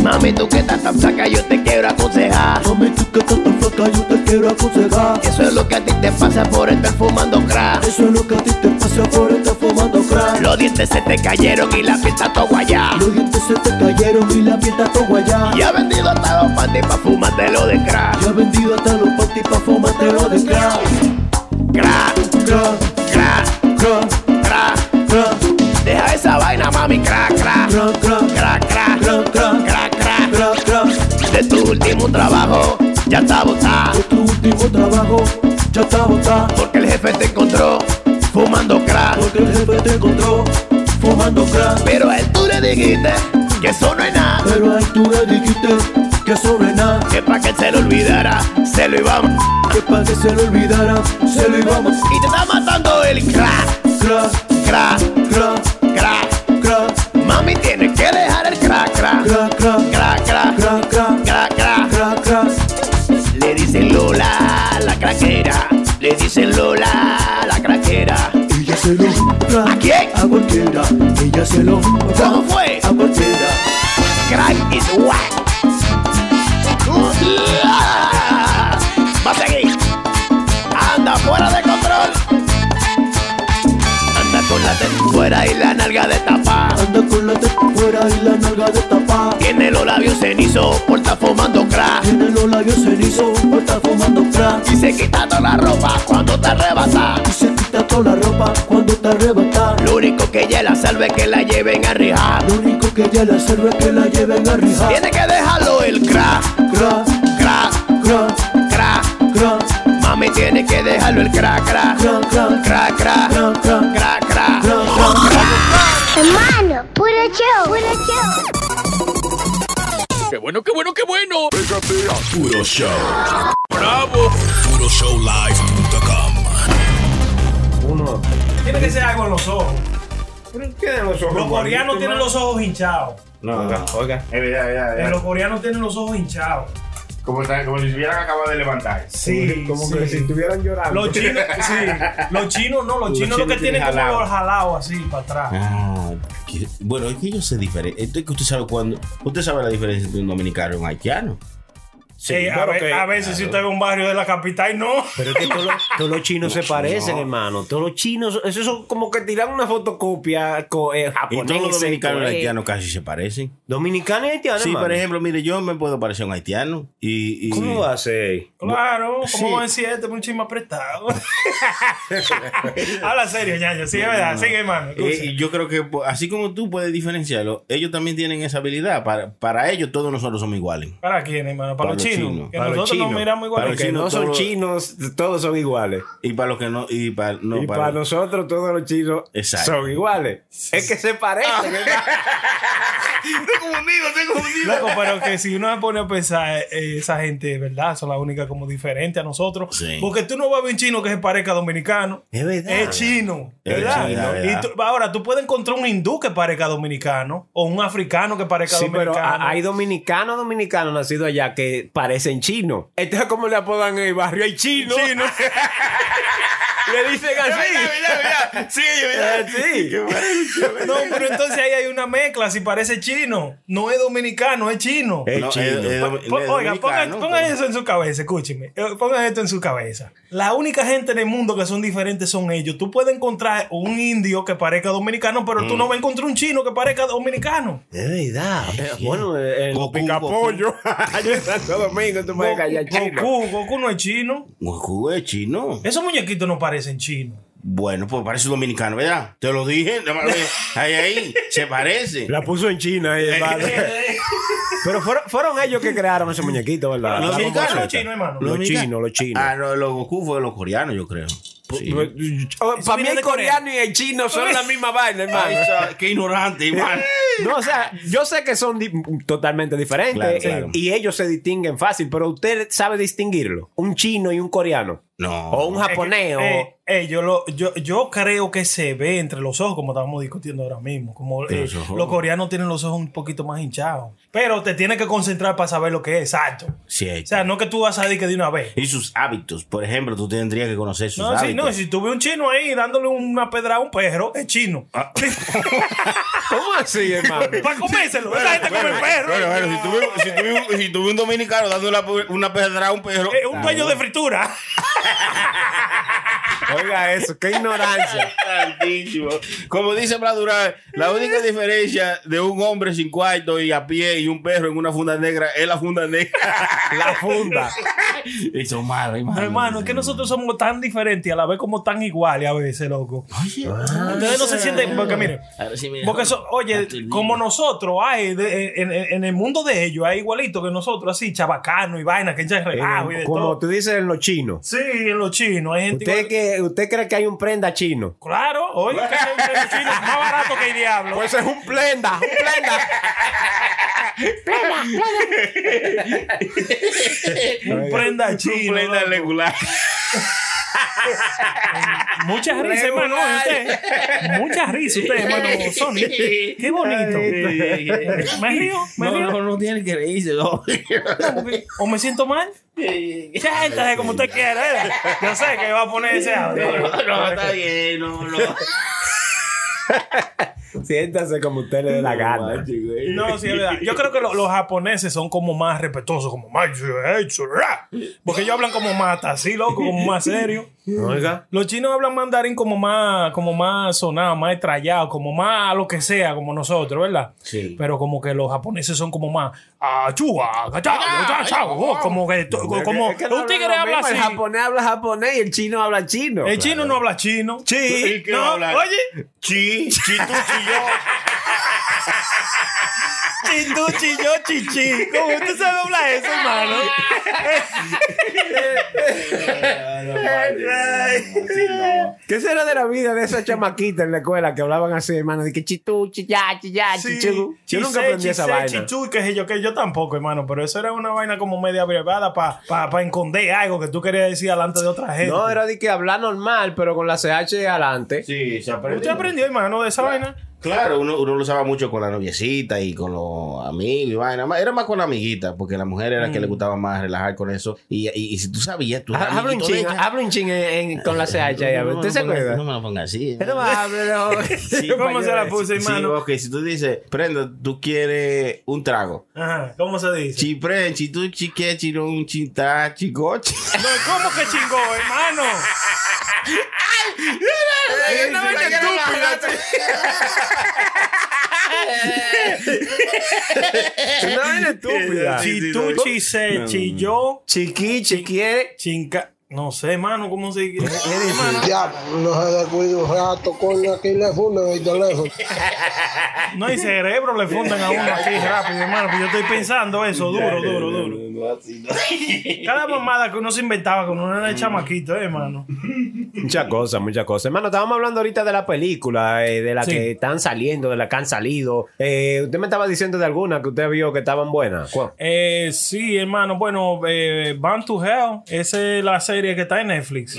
Mami, tú que estás tan flaca, yo te quiero aconsejar. Mami, tú que estás tan flaca, yo te quiero aconsejar. Eso es lo que a ti te pasa por estar fumando crack. Eso es lo que a ti te pasa por estar fumando crack. Los dientes se te cayeron y la pinta todo guayá. Los dientes se te cayeron y la pinta todo guayá. Y ha vendido hasta los panties pa' fumártelo de crack. Y ha vendido hasta los panties pa' fumártelo de crack. Crack, crack, crack, crack, crack, crack. Deja esa vaina, mami, crack, crack. Crack, crack, crack, crack, crack, crack, crack, crack. De tu último trabajo, ya está botado. De tu último trabajo, ya está botado. Porque el jefe te encontró fumando crack. Porque el jefe te encontró fumando crack. Pero a él tú le dijiste que eso no es nada. Pero a él tú le dijiste que eso no es nada. Que pa' que se lo olvidara, se lo íbamos. Que pa' que se lo olvidara, se lo íbamos. Y te está matando el crack. Crack, crack, crack, crack, crack. Mami tiene que dejar el crack, crack. Crack, crack, crack, crack, crack, crack, crack, crack, Le dicen Lola, la craquera. Le dicen Lola, la craquera. Ella se lo ¿A quién? a cualquiera. Ella se lo ¿Cómo fue? a cualquiera. Crack is whack. Ah, Va a seguir. Anda fuera de control. Anda con la teta fuera y la nalga de tapa. Anda con la teta fuera y la nalga de tapa. Tiene los labios cenizo por estar fumando crack. Tiene los labios cenizo por estar fumando crack. Y se quita toda la ropa cuando te arrebata. Y se quita toda la ropa cuando te arrebata. Lo único rico que ya la salve que la lleven a rijar. Lo rico que ya la salve que la lleven a rijar. Tiene que dejarlo el cra, cra, cra, cra, cra, cra. Mami tiene que dejarlo el cra, cra, cra, cra, cra, cra, cra, cra, cra, Hermano, puro show, puro show. ¡Qué bueno, qué bueno, qué bueno! Puro show. ¡Bravo! PuroShowLive.com. Uno. Tiene que ser algo en los ojos. ¿Qué de los ojos? Los coreanos tienen los ojos hinchados. Eh, No, oiga, oiga. Es verdad, es verdad, es Los verdad. coreanos tienen los ojos hinchados. Como, ta- como si se hubieran acabado de levantar. Sí, Como sí. que si estuvieran llorando. Los chinos, sí. Los chinos no, los, Los chinos lo que chinos tienen tienen como jalao. los jalados así para atrás. Ah, que- bueno, es que yo sé diferente. Entonces, que usted sabe cuando. Usted sabe la diferencia entre un dominicano y un haitiano. Sí, Eh, Eh, ah, a, ve- a veces si usted ve un barrio de la capital, no. Pero es que todos los, todos los chinos se parecen, hermano. Todos los chinos, esos son como que tiran una fotocopia co- eh, Y japonesa. todos los dominicanos y los coreana. haitianos casi se parecen. Dominicano y haitiano, Sí, hermano. por ejemplo, mire, yo me puedo parecer a un haitiano. Y, y- ¿Cómo va a ser? Claro, Sí. como decía este, un chisme apretado. Habla serio, ñaño. Sí, es verdad. Sigue, hermano. Eh, y yo creo que pues, así como tú puedes diferenciarlo, ellos también tienen esa habilidad. Para, para ellos, todos nosotros somos iguales. ¿Para quién, hermano? Para, los chinos. Que Para nosotros los nos chinos. miramos igual. Para los Que chinos, no son todos- chinos, todos son iguales. Y para los que no. Y para, no, y para, para- nosotros todos los chinos Exacto. son iguales. Es que se parecen. Loco, pero que si uno se pone a pensar, eh, esa gente, ¿verdad? Son las únicas como diferentes a nosotros. Sí. Porque tú no vas a ver un chino que se parezca a dominicano. Es verdad. Es chino, Es ¿verdad? verdad, es Y verdad. tú- ahora, tú puedes encontrar un hindú que parezca dominicano o un africano que parezca Sí, pero dominicano. a- hay dominicanos, dominicanos nacidos allá que parecen chinos. Entonces, ¿cómo Este le apodan en el barrio? Hay chinos. le dicen así. Sí, Eh, sí. No, pero entonces ahí hay una mezcla. Si parece chino, no es dominicano, es chino. Es No, es- chino. eh, es dom- Po- es Oiga, dominicano, pongan, pongan pero- eso en su cabeza, escúcheme. Eh, Pongan esto en su cabeza. La única gente en el mundo que son diferentes son ellos. Tú puedes encontrar un indio que parezca dominicano, pero tú Mm. no vas a encontrar un chino que parezca dominicano. Es verdad. Eh, Bueno, el Goku, picapollo. Allá en Santo Domingo, tú puedes callar chino. Goku, Goku no es chino. Goku es chino. Esos muñequitos no parecen chinos. Bueno, pues parece dominicano, ¿verdad? Te lo dije. nada más, Ahí, ahí. Se parece. La puso en China. eh, hermano. pero fueron, fueron ellos que crearon esos muñequitos, ¿verdad? Ah, Los La dominicanos. famoseta. Los chinos, hermano. Los Dominica- chinos, los chinos. pues, Ah, no, los Goku fue los coreanos, yo creo. Sí. Para mí viene el de Corea. coreano y el chino son la misma vaina, Ay, hermano. sa- qué ignorante, Iván. No, o sea, yo sé que son di- totalmente diferentes Claro, eh, claro. y ellos se distinguen fácil, pero usted sabe distinguirlo. Un chino y un coreano. No. O un japonés. o- Eh, eh, yo, lo, yo, yo creo que se ve entre los ojos, como estábamos discutiendo ahora mismo. Como Entre eh, los ojos. los coreanos tienen los ojos un poquito más hinchados. Pero te tienes que concentrar para saber lo que es exacto. Sí, hay- O sea, no que tú vas a decir que de una vez. Y sus hábitos. Por ejemplo, tú tendrías que conocer sus No, si, hábitos. no, si tú ves un chino ahí dándole una pedra a un perro, es chino. Ah. ¿Cómo así, hermano? para comérselo. Esa gente come perro. Bueno, bueno, si tuve, si tuve un- si tuve un dominicano dando una, una pedra a un perro. Eh, un dueño de fritura. Oiga eso, qué ignorancia. Santísimo. Como dice Brad Durán, la única diferencia de un hombre sin cuarto y a pie y un perro en una funda negra es la funda negra. La funda. Eso malo, No, hermano, es que nosotros somos tan diferentes y a la vez como tan iguales a veces, loco. Ustedes no se sienten. Porque miren, Porque eso, oye, como nosotros, hay de- en, en- en el mundo de ellos, hay igualito que nosotros, así, chabacano y vaina, que echan relajo y Eh, de como todo. tú dices en los chinos. Sí, en los chinos, hay gente ¿Usted, igual- que, ¿Usted cree que hay un prenda chino? Claro, oye, que son los chinos más barato que el diablo. Pues es un prenda, un prenda. un prenda chino. Plena loco. regular. Muchas risas, hermano. usted. Muchas risas, usted, hermano. Sony. Qué bonito. ¿Me río? ¿Me río? no tiene que reírse. No. Porque- ¿O me siento mal? Ya, entonces, como usted quiera, ¿eh? Yo sé que va a poner ese audio. está bien, no, no. Siéntase como usted le dé la gana. No, sí, es verdad. Yo creo que lo- los japoneses son como más respetuosos, como más. Porque ellos hablan como más así, loco, como más serio. Oiga. Los chinos hablan mandarín como más, como más sonado, más estrellado, como más lo que sea, como nosotros, ¿verdad? Sí. Pero como que los japoneses son como más "Ah, achua, gachao, gachao, oh, como que to- como Es que no un hablan tigre lo habla mismo, así. El japonés habla japonés y el chino habla chino. El chino no habla chino. Sí, no, oye, Chi, chi, tú, chi, chindú, yo. chilló, chichi. ¿Cómo usted sabe hablar eso, hermano? ¿Qué será de la vida de esa chamaquita en la escuela que hablaban así, hermano? De que chitú, chillá, chillá, chichú. Yo nunca Chisé, aprendí esa chisé, vaina. chichú, qué sé yo, qué, yo tampoco, hermano, pero eso era una vaina como media abrevada para pa, pa esconder algo que tú querías decir delante de otra gente. No, era de que hablar normal, pero con la CH adelante. Sí, se ¿Usted aprendió, hermano, de esa vaina? Claro, uno, uno lo usaba mucho con la noviecita y con los amigos y vaina. Más- Era más con la amiguita, porque la mujer era la Mm. que le gustaba más relajar con eso. Y, y- y si tú sabías, tú. eras Habla un amiguito ching, de ella. habla un ching en- en- con la CH ahí. a ver. No me Ah, ¿Usted lo se ponga- acuerda? No me lo ponga así. eh. Pero háblelo. Sí, ¿Cómo se la puse, sí, hermano? ok, si tú dices, prenda, tú quieres un trago. Ajá, ¿cómo se dice? Chipren, chitu, chique, chirón, chintá, chicoche. No, ¿cómo que chingó, hermano? Una vaina Una vaina estúpida. Si tú chisé, chilló. Chiqui, eh. chiquiere. Chinca. No sé, hermano, ¿cómo se dice? Ya, no se descuide un rato, coño, aquí le funden el teléfono. No hay cerebro, le fundan a uno aquí rápido, hermano. Pues yo estoy pensando eso, duro, duro, duro. Cada mamada que uno se inventaba con uno era chamaquito, eh, hermano. Muchas cosas, muchas cosas. Hermano, estábamos hablando ahorita de la película, eh, de la Sí. que están saliendo, de la que han salido. Eh, usted me estaba diciendo de alguna que usted vio que estaban buenas. ¿Cuál? Eh, sí, hermano. Bueno, eh, Bound to Hell, esa es la serie que está en Netflix.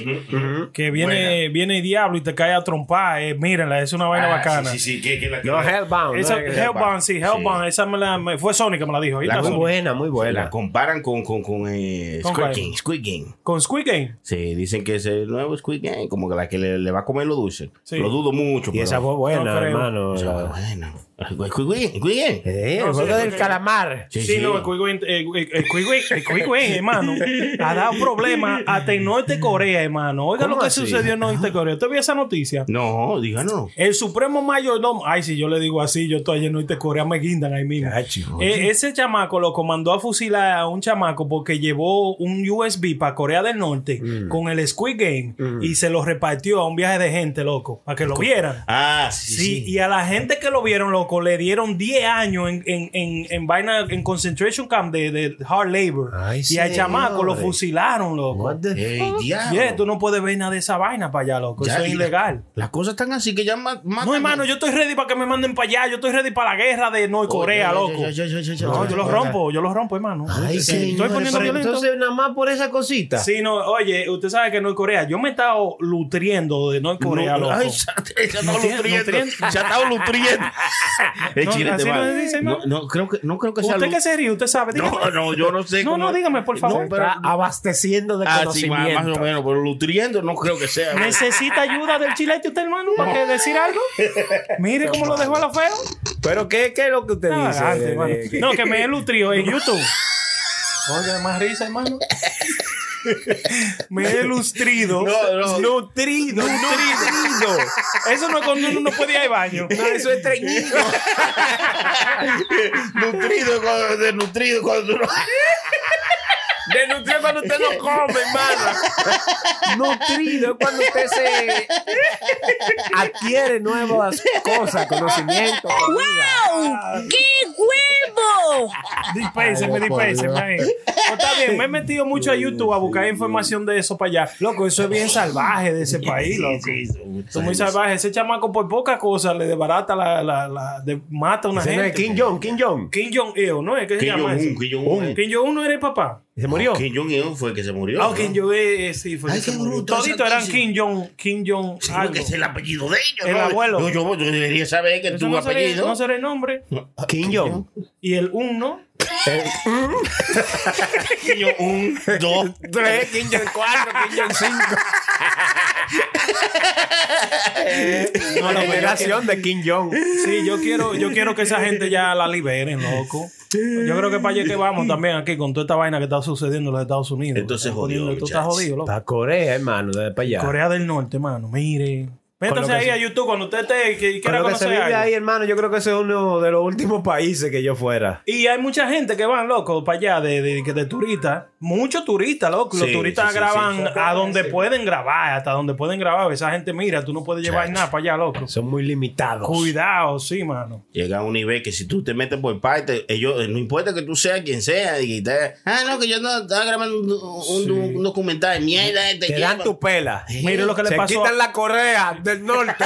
Que viene, viene el diablo y te cae a trompar. Eh, mírenla, es una vaina Ah, bacana. Sí, sí, sí. Que, que la, que No, la- Hellbound. Esa, ¿no? Hellbound, sí, Hellbound. Esa me la, me- fue Sony que me la dijo. ahorita La Muy Sony. buena, muy La buena. comparan con, con, con, eh, ¿Con Squid cuál? Game. Squid Game. Con Squid Game. Sí, dicen que es el nuevo Squid Game, como que la que le, le va a comer lo dulce. Sí. Lo dudo mucho. Y pero- esa fue buena, No creo. hermano. Esa fue buena. Squid Game, Squid Game. Eh, el No, juego sí, del ok. calamar. Sí, Sí, sí. no, el Squid Game, eh, eh, el Squid Game, el Squid Game, hermano, ha dado problemas hasta en Norte Corea, hermano. Oiga ¿Cómo lo que así? sucedió en Norte Corea. ¿Usted vio esa noticia? No, díganos. El supremo mayordomo, ay, si yo le digo así, yo estoy allá en Norte Corea, me guindan ahí mismo. Eh, ese chamaco lo comandó a fusilar a un chamaco porque llevó un USB para Corea del Norte con el Squid Game y se lo repartió a un viaje de gente, loco, para que lo vieran. Ah, sí, sí. Sí, y a la gente que lo vieron, loco, le dieron 10 años en, en, en, en vaina, en concentration camp de, de hard labor. Ay, y al señores. chamaco lo fusilaron, loco. Ey, diablo. Yeah, tú no puedes ver nada de esa vaina para allá, loco. Ya, Eso es y- ilegal. Las cosas están así que ya ma- matan. No, hermano, yo estoy ready para que me manden para allá. Yo estoy ready para la guerra de North Corea, Oh, loco. ya, ya, ya, ya, ya, ya, No, ya, yo los ya. rompo, yo los rompo, hermano. Ay, estoy señores, poniendo pero violento. Entonces, nada más por esa cosita. Sí, no, oye, usted sabe que North Corea, yo me he estado lutriendo de North Corea, No, loco. ay, se ha se ha estado Nutrien- nutriendo. nutrien- Se ha estado nutriendo. Eh, No, chile, así te no va. se dice, no, hermano. no, creo que, no creo que sea usted lu- que se ríe, usted sabe. dígame. pues, No, no, yo no sé No, cómo- no, dígame, por favor. Se está abasteciendo de Ah, sí, más, conocimiento. más o menos, pero nutriendo no creo que sea. ¿Necesita ayuda del chilete usted, hermano, para que decir algo? Mire cómo lo dejó a lo feo. Pero, ¿qué, ¿qué es lo que usted Ah, dice? antes, de- hermano. de- No, que me he nutrido en YouTube. Oiga, más risa, hermano. Me he lustrido. No, no. Nutrido. Nutrido. Eso no es cuando uno no puede ir al baño. No, Ah, eso es treñido. nutrido, cuando- desnutrido cuando tú no- Denutrido cuando usted no come, hermano. Nutrido es cuando usted se adquiere nuevas cosas, conocimiento. ¡Wow! ¡Qué huevo! Dispénseme, dispénseme. ahí. Pues está bien, me he metido mucho a YouTube a buscar información de eso para allá. Loco, eso es bien salvaje de ese país, loco. Son muy salvajes. Ese chamaco por poca cosa le desbarata la, la, la de- mata a una Ese no es gente. Kim Jong, Kim Jong. Kim Jong-il, ¿no? es que se Kim llama Jong-un, eso? Kim Jong-un. Kim Jong-un no era el papá. Se murió. Kim Jong-un fue el que se murió. Ah, ¿no? Kim Jong-il, eh, sí, fue. Ay, ese qué murió. bruto, Todito esa eran noticia. Kim Jong, Kim Jong Sí, algo. porque es el apellido de ellos. El ¿no? abuelo. Yo, yo, yo debería saber que Eso tu no será- apellido. No será el nombre. Kim Jong. Y el un, ¿no? Kim Jong un, dos, Tres, Kim Jong cuatro, Kim Jong cinco. No, la Generación de Kim Jong. Sí, yo quiero, yo quiero que esa gente ya la liberen, loco. Yo creo que para allá que vamos también aquí con toda esta vaina que está sucediendo en los Estados Unidos. Entonces Están poniendo- jodió, Tú estás muchachos. jodido, loco. Para Corea, hermano, desde para allá. Corea del Norte, mano, mire. Con Métase lo que ahí a YouTube cuando usted esté, que Con quiera lo que se conocer vive algo. ahí, hermano, yo creo que ese es uno de los últimos países que yo fuera. Y hay mucha gente que van, loco, para allá de, de, de turistas. Muchos turistas, loco. Los Sí, turistas sí, sí, graban sí. a donde pueden grabar, hasta donde pueden grabar. Esa gente, mira, tú no puedes llevar Chacho. nada para allá, loco. Son muy limitados. Cuidado, sí, mano. Llega a un nivel que si tú te metes por parte, ellos, eh, no importa que tú seas quien sea, y te- ah, no, que yo no estaba grabando un, un- un documental de mierda. este, Te, Te dan tu pela. Mire lo que le Se pasó. quitan la correa del norte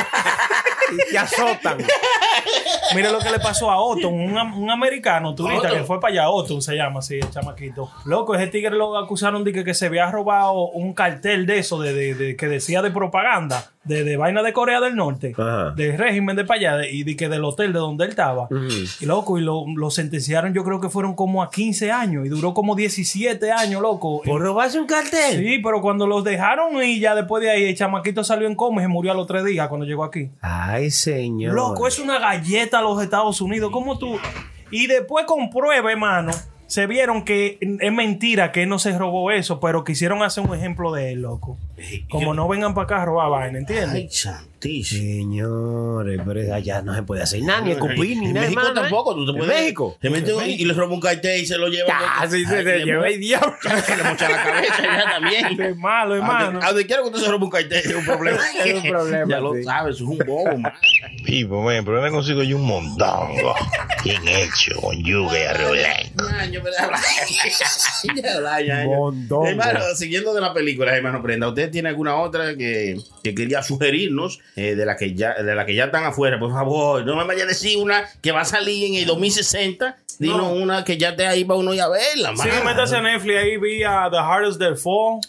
y te azotan. Mira lo que le pasó a Otton, un, am- un americano turista Otton. que fue para allá. Otton se llama así, el chamaquito. Loco, ese tigre lo acusaron de que, que se había robado un cartel de eso, de, de- de- que decía de propaganda, de, de vaina de Corea del Norte, del régimen de para allá, de- y de que del hotel de donde él estaba. Y loco, y lo, lo sentenciaron, yo creo que fueron como a 15 años, y duró como 17 años, loco. ¿Por robarse un cartel? Sí, pero cuando los dejaron y ya después de ahí, el chamaquito salió en coma y se murió a los tres días cuando llegó aquí. Ay, señor. Loco, es una galleta a los Estados Unidos. ¿Cómo tú? Y después con prueba, hermano, se vieron que es mentira que él no se robó eso, pero quisieron hacer un ejemplo de él, loco. Como no vengan para acá a robar vaina, ¿entiendes? Ay, Señores, pero allá no se puede hacer nada, ni escupir, ni en nada. México hermano, ¿eh? tampoco. Tú te ¿En puedes- México? Se mete un- y le roba un cartel y se lo lleva. Ah, sí, se- se lleva el diablo. Se le mocha la cabeza ya también. Es malo, hermano. A donde quiera ah, que usted se robe un cartel, es un problema. Es un problema, Ya lo sí. sabes, es un bobo, man. Pipo, men, pero me consigo yo un mondongo. Bien hecho, con yuca y arroz blanco. Ñaño, pero habla- Ya habla, ñaño. Mondongo. Hermano, siguiendo de la película, hermano Prenda, ¿usted tiene alguna otra que, que quería sugerirnos eh, de, la que ya, de la que ya están afuera? Por favor, no me vayas a decir una que va a salir en el 2060. Dinos una que ya te ahí para uno ya verla, Sí, mano. métase a Netflix, ahí vi a The Hardest That Fall.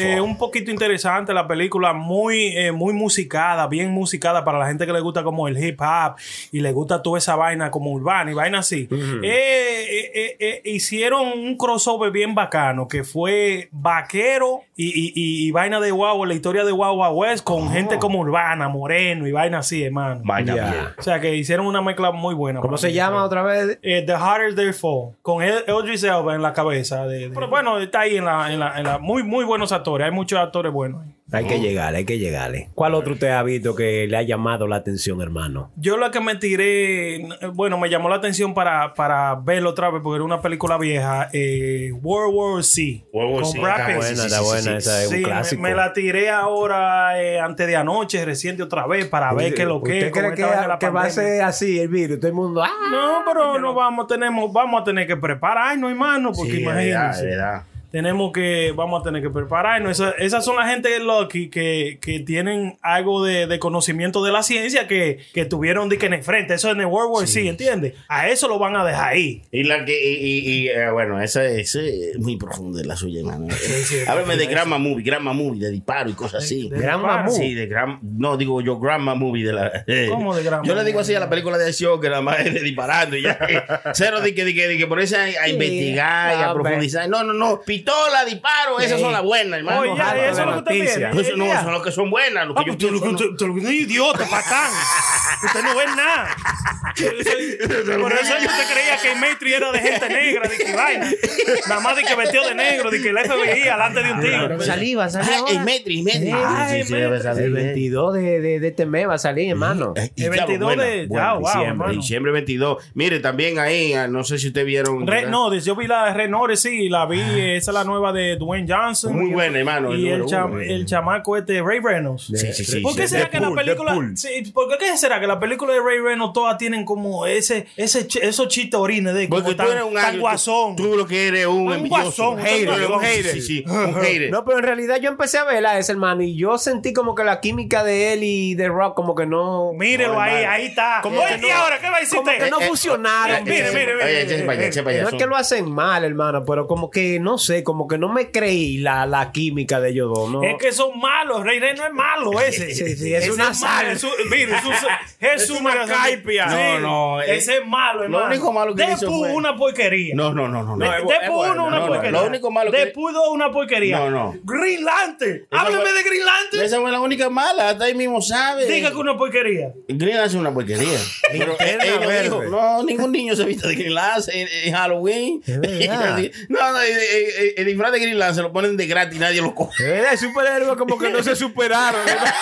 Eh, un poquito interesante la película, muy, eh, muy musicada, bien musicada para la gente que le gusta como el hip hop y le gusta toda esa vaina como urbana y vaina así. Eh, eh, eh, eh, hicieron un crossover bien bacano que fue vaquero y, y- y- y vaina de guagua, la historia de guagua West con Ah. gente como urbana, moreno y vaina así, hermano. Vaya Ya. bien. O sea que hicieron una mezcla muy buena. ¿Cómo para se mí. llama otra vez? Eh, The Harder They Fall. Con El- Eldris Elba en la cabeza. de- de- Pero bueno, está ahí en la, en la, en la- Muy, muy buenos actores. Hay muchos actores buenos. ahí. Hay que llegarle, hay que llegarle. ¿Cuál otro usted ha visto que le ha llamado la atención, hermano? Yo la que me tiré. eh, Bueno, me llamó la atención para, para verlo otra vez porque era una película vieja. eh, World War C. World War con Z. Brad Está Pitt. buena, está buena, esa es un me- clásico. Me, la tiré ahora eh, antes de anoche, reciente otra vez, para ver qué es lo que ¿Usted es, cree cómo que, esta vaina de la que va a pandemia. ser así el virus? Todo el mundo. ¡ah! No, pero no vamos, tenemos, vamos a tener que prepararnos, hermano, porque Sí, es verdad, imagínense. es verdad. Tenemos que, vamos a tener que prepararnos. Esa- esas son la gente lucky que, que tienen algo de, de conocimiento de la ciencia que, que tuvieron de que en el frente. Eso en el World War sí. ¿entiendes? A eso lo van a dejar ahí. Y la que, y, y- y, eh, bueno, esa esa es eh, muy profunda la suya, hermano. Háblame de Grandma Movie, Grandma Movie, de disparo y cosas así. de Grandma disparo? Sí, de gran, no, digo yo Grandma Movie de la. eh. ¿Cómo de Grandma Yo le digo así a la película de acción que nada más es de disparando y ya. Cero de que, de que, de que ponerse a, a Sí, investigar y a hombre. profundizar. No, no, no. Pistola, disparo, esas Sí. son las buenas, hermano. Oye, Ojalá. eso es lo que usted Ah, pues Noticia. viene, Eso no, ya. son las que son buenas. Lo que yo pienso, no. un idiota, patán. Usted no ve nada. Por eso yo te creía que el Maitri era de gente negra, de que vaina. Nada más de que vestido de negro, de que la FBI alante de un tigre. Saliva, saliva. Ah, el Metri, el Metri. Ah, Sí, sí, el sí, debe salir, El eh. 22 de, de, de este mes va a salir, hermano. Y claro, buena, buena, diciembre, diciembre 22. Mire, también ahí, ah, no sé si ustedes vieron. Red Notice, yo vi la de Red Notice, sí, la vi, esa es la nueva de Dwayne Johnson. Ah. Muy buena, hermano, Y el el, número cha- uno, eh. el chamaco este, Ray Reynolds. Sí, sí, sí, ¿Por qué sí. será que la Deadpool, película, Deadpool. sí, ¿por qué- qué será que la película de Ray Reynolds todas tienen como ese, ese, ch- esos chistorines de como Porque tú tan- eres un tan agrio, tú- guasón? Tú lo que eres un, Un envidioso. guasón, Tú eres hater, un un hater. hater. Sí, sí, un hater. No, pero en realidad yo empecé a verla ese hermano y yo sentí como que la química de él y de Rock como que no. Mírelo no, ahí, hermano. ahí está. Como Oye, que no- ¿y ahora qué va a decir como usted? que no Eh, eh, funcionaron. eh, Mire, mire, mire. Oye, ese payaso, ese No es payaso. que lo hacen mal, hermano, pero como que no sé, sé, como que no me creí la, la química de ellos dos, ¿no? Es que son malos, Rey Rey no es malo ese. Sí, sí, es una sal. Jesús, mira, Jesús, Jesús Es una mira, caipia. sí, No, no, Ese eh, es malo, lo hermano. único malo que Deadpool hizo fue- una porquería. No, no, no, no. no. De- Es bu- es Deadpool bueno, una no, no, porquería. Lo único malo que. Deadpool dos, una porquería. No, no. Green Lantern. Esa Háblame fue- de Green Lantern. Esa fue la única mala, hasta ahí mismo sabe. Diga que una porquería. Green Lantern es una porquería. Pero él- él no verde. dijo, no, ningún niño se viste de Green Lantern en, en Halloween. verdad. no, no, el, el- el disfraz de Green Lantern se lo ponen de gratis, nadie lo coge. Es verdad, superhéroes Eh, como que no se superaron. ¿verdad?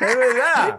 es verdad.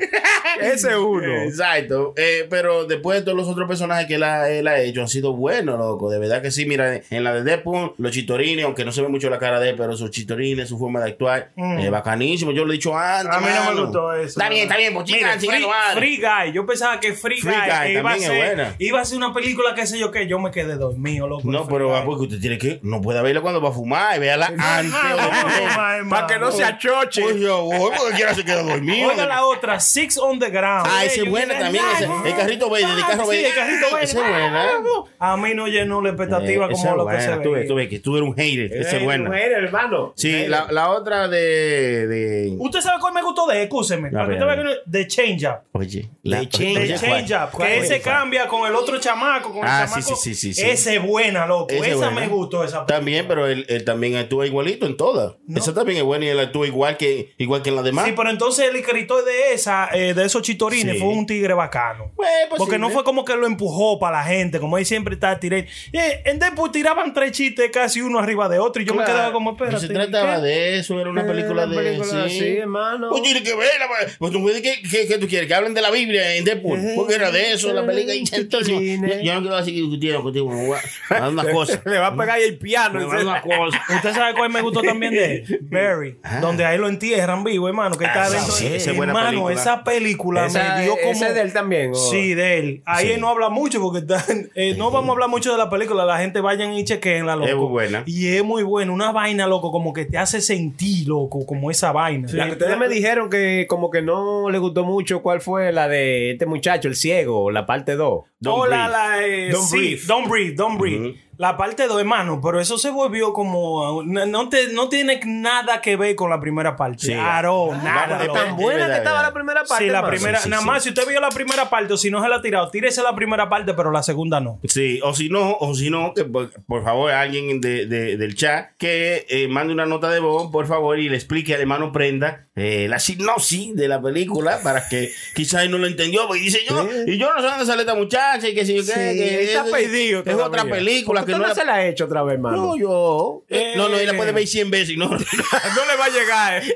Ese es uno. Exacto. Eh, pero después todos los otros personajes que él ha, él ha hecho han sido buenos, loco. De verdad que sí. Mira, en la de Deadpool, los chitorines, aunque no se ve mucho la cara de él, pero sus chitorines, su forma de actuar, Mm. eh, bacanísimo. Yo lo he dicho antes. A mí no me mano. gustó eso. Está bien, está bien, pues, Mira, pochita, Free, Free Guy. Yo pensaba que Free, Free Guy Guy, iba, a también es buena. ser, iba a ser una película, qué sé yo qué. Yo me quedé dormido, loco. No, pero ah, porque usted tiene que. No puede verla cuando va a fumar. y Véala Ah, antes. Para que no se achoche. Por favor, porque quiera se queda dormido. Oiga la otra, Six on the Ground. Ah, esa Ey, es yo buena quería- también. esa- el carrito verde, el carro Ah, Sí, verde. el carrito verde. Esa es buena. A mí no llenó la expectativa Eh, esa como es lo que buena. se Tú ves, veía. tú ves que tú eres un hater. Esa es buena. hermano. Sí, la, la otra de, de- ¿Usted sabe cuál me gustó de? Escúcheme. No, la que pero- usted ve que no- De Change Up. Oye, De Change, Up. Que ese cambia con el otro chamaco. Con Ah, el chamaco. sí, sí, sí, sí, sí. Ese es buena, loco. Ese es esa buena. me gustó, esa También, pero él, él también actúa igualito en todas. Esa también es buena y él actúa igual que, igual que en las demás. Sí, pero entonces el escritor de esa, eh, de esos chitorines, Sí. fue un tigre bacano. Pues, Porque no posible. fue como que lo empujó para la gente, como él siempre está tirando. Eh, en Deadpool tiraban tres chistes casi uno arriba de otro y yo me Claro. quedaba como, No espérate. se trataba ¿qué? Eh, de eso, era una película de. película así, hermano. Pues tiene que verla, pues. Pues tú puedes que, que, que tú quieres que hablen de la Biblia en Deadpool. Porque era de eso, la película. Y entonces, yo, yo no quiero seguir discutiendo contigo. Me voy a- me va a dar una cosa. Le va a pegar ahí el piano. Me va a dar una cosa. Usted sabe cuál me gustó también de él? Barry, donde ahí lo entierran vivo, hermano, que está Ah, dentro sí, de- esa es buena hermano, película. esa película Esa- me dio como esa es de él también, ¿o? Sí, de él. Ahí Sí. él no habla mucho porque está- eh, no vamos a hablar mucho de la película, la gente vayan y chequenla, loco. Es muy buena. Y es muy bueno, una vaina, loco, como que te hace sentir, loco, como esa vaina. La que ustedes me dijeron que como que no le gustó mucho, ¿cuál fue la de este muchacho, el ciego, la parte 2? Hola, la eh, Don't sí, breathe. Don't breathe, don't breathe. La parte 2, hermano, pero eso se volvió como. a un- No, no te- no tiene nada que ver con la primera parte. Sí. Claro, nada. vamos, loco. es tan buena que estaba la primera Sí, la hermano. primera. Sí, sí, nada sí. más, si usted vio la primera parte o si no se la ha tirado, tírese la primera parte, pero la segunda no. Sí, o si no, o si no, que por, por favor alguien de, de- del chat que eh, mande una nota de voz, por favor, y le explique al hermano Prenda eh, la sinopsis de la película para que quizás él no lo entendió, porque dice yo, y yo no sé dónde sale esta muchacha y que si yo qué, Sí, que está es- perdido. es otra todavía. película ¿Por que qué no no la- se la ha hecho otra vez, hermano. No, yo. Eh. No, no, él la puede ver 100 veces. y No, No le va a llegar. eh.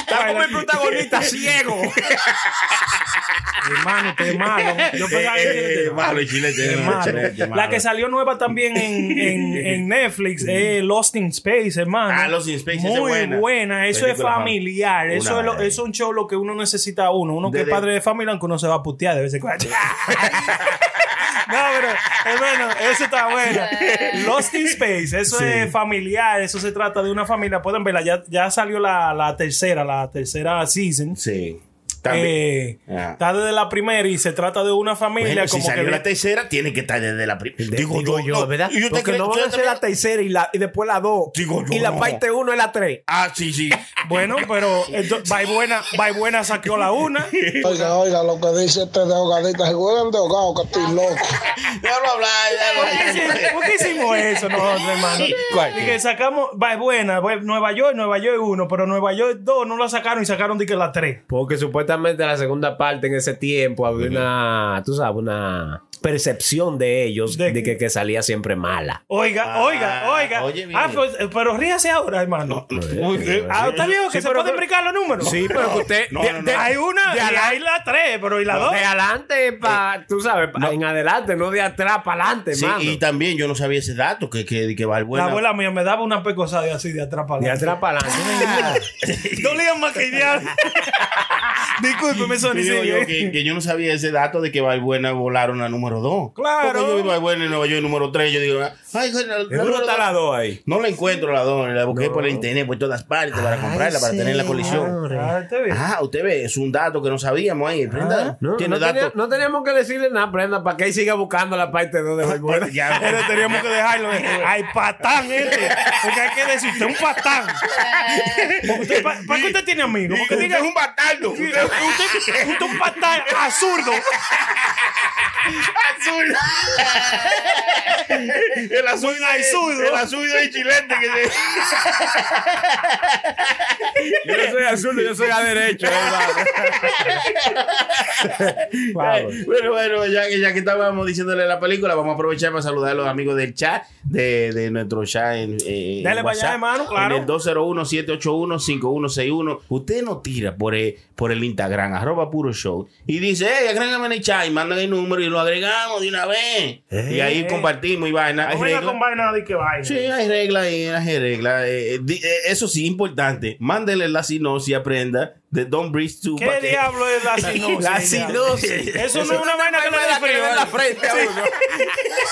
Está como el protagonista ciego. Hermano, usted es malo. Yo Eh, pensaba que usted era malo, chilete. malo. La que salió nueva también en, en- en Netflix es Lost in Space, hermano. Ah, Lost in Space, esa es Muy buena. Eso Película es familiar. fam- Eso una es, lo- vaina. es un show lo que uno necesita a uno. Uno que Desde- es padre de familia, aunque uno se va a putear de vez en cuando. No, pero hermano, eso está bueno. Lost in Space, eso Sí. es familiar, eso se trata de una familia. Pueden verla, ya, ya salió la, la tercera, la tercera season. Sí. Eh, También. Ah. Está desde la primera y se trata de una familia Bueno, como si salió que la tercera, tiene que estar desde la primera. Digo, yo, no. ¿verdad? Y yo te Porque creo- no yo van a también- ser la tercera y, la, y después la 2. Digo yo, Y la no. parte 1 es la 3. Ah, sí, sí. bueno, pero entonces, Baibuena, Baibuena saqueó la una. Oiga, oiga, lo que dice este de hogadita. Se juegan de hogado, que estoy loco. Déjalo hablar, déjalo ¿Por qué, hablar. hici- por qué hicimos eso nosotros, hermano? Y que sacamos Baibuena, Bue- Nueva York, Nueva York uno, pero Nueva York dos no la sacaron y sacaron de que la tres. Porque supuestamente la segunda parte en ese tiempo había una, tú sabes, una percepción de ellos de, que, que salía siempre mala. Oiga, Ah, oiga, oiga. oye, bien. ah, pues, eh, pero ríase ahora, hermano. Ah, está bien que se pueden brincar los números. Sí, pero que usted. No, de- no, no. de- Hay una, de y ala- hay la tres, pero y la dos. De adelante, pa, tú sabes, pa- en adelante, Eh, no de atrás para adelante, Sí, hermano. y también yo no sabía ese dato que, que, que Balbuena. La abuela mía me daba una pecosa de así de atrás para Ah, De atrás para adelante. Dolía más que ideal. Discúlpeme, Sony. Que digo sigue. yo que, que yo no sabía ese dato de que Valbuena volaron a número 2. Claro. Porque yo vi Valbuena en Nueva York número 3. Yo digo, ay, joder, la, ¿Dónde número está dos. la 2 ahí? No la encuentro la don, la busqué por el internet, por todas partes, para comprarla, para tener en la colección. Ah, usted ve. Ah, usted ve, es un dato que no sabíamos ahí. Prenda, Ah, No, tiene no tenía- datos. no teníamos que decirle nada, Brenda, para que él siga buscando la parte 2 de Valbuena. Ya. Pero teníamos que dejarlo. Ay, patán este. Porque hay que decir, usted es un patán. Porque usted- ¿Para para qué usted tiene amigos? Porque diga, un batardo. usted, usted, usted es un patán absurdo. azul. el azul naisudo. El azul de chilete que se- Yo no soy azul, yo soy a derecho. eh, hermano. Claro. Eh, Bueno, bueno, ya que, ya que estábamos diciéndole la película, vamos a aprovechar para saludar a los amigos del chat, de, de nuestro chat en, eh, Dale para allá, en WhatsApp, hermano, claro. En el 201-781-5161. Usted nos tira por, eh, por el Instagram, arroba puro show, y dice, hey, agrégame en el chat, y mandan el número y lo agregamos de una vez. y Eh. ahí compartimos y vaina. Hay No venga reglas. con vaina de que vaina. Sí, hay reglas ahí, hay reglas. Eh, eh, di- eh, eso sí, importante. Mándele la sinopsis, aprenda de Don't Breathe Too. ¿Qué diablo es la sinopsis? La ya? sinopsis. Eso no es una vaina que le da frío. frente a uno.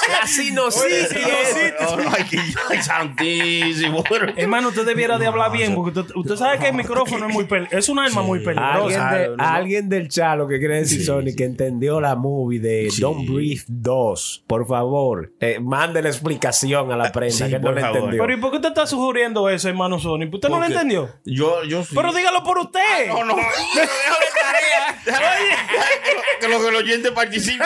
La Oye, sinusitis. sinusitis. Ay, que- ay, santísimo. Hermano, usted debiera de hablar bien, porque usted, usted sabe que el micrófono es muy pel- es un arma muy Alguien, peligrosa. de- alguien del chat, lo que quiere decir Sony, que entendió la movie de Don't Breathe 2, por favor, eh, mande la explicación a la prensa sí, que no por la favor. entendió. Pero ¿y por qué usted está sugiriendo eso, hermano Sony? ¿Usted no lo Porque- entendió? Yo, yo sí. Pero dígalo por usted. No, no, no, que los que el oyente participe.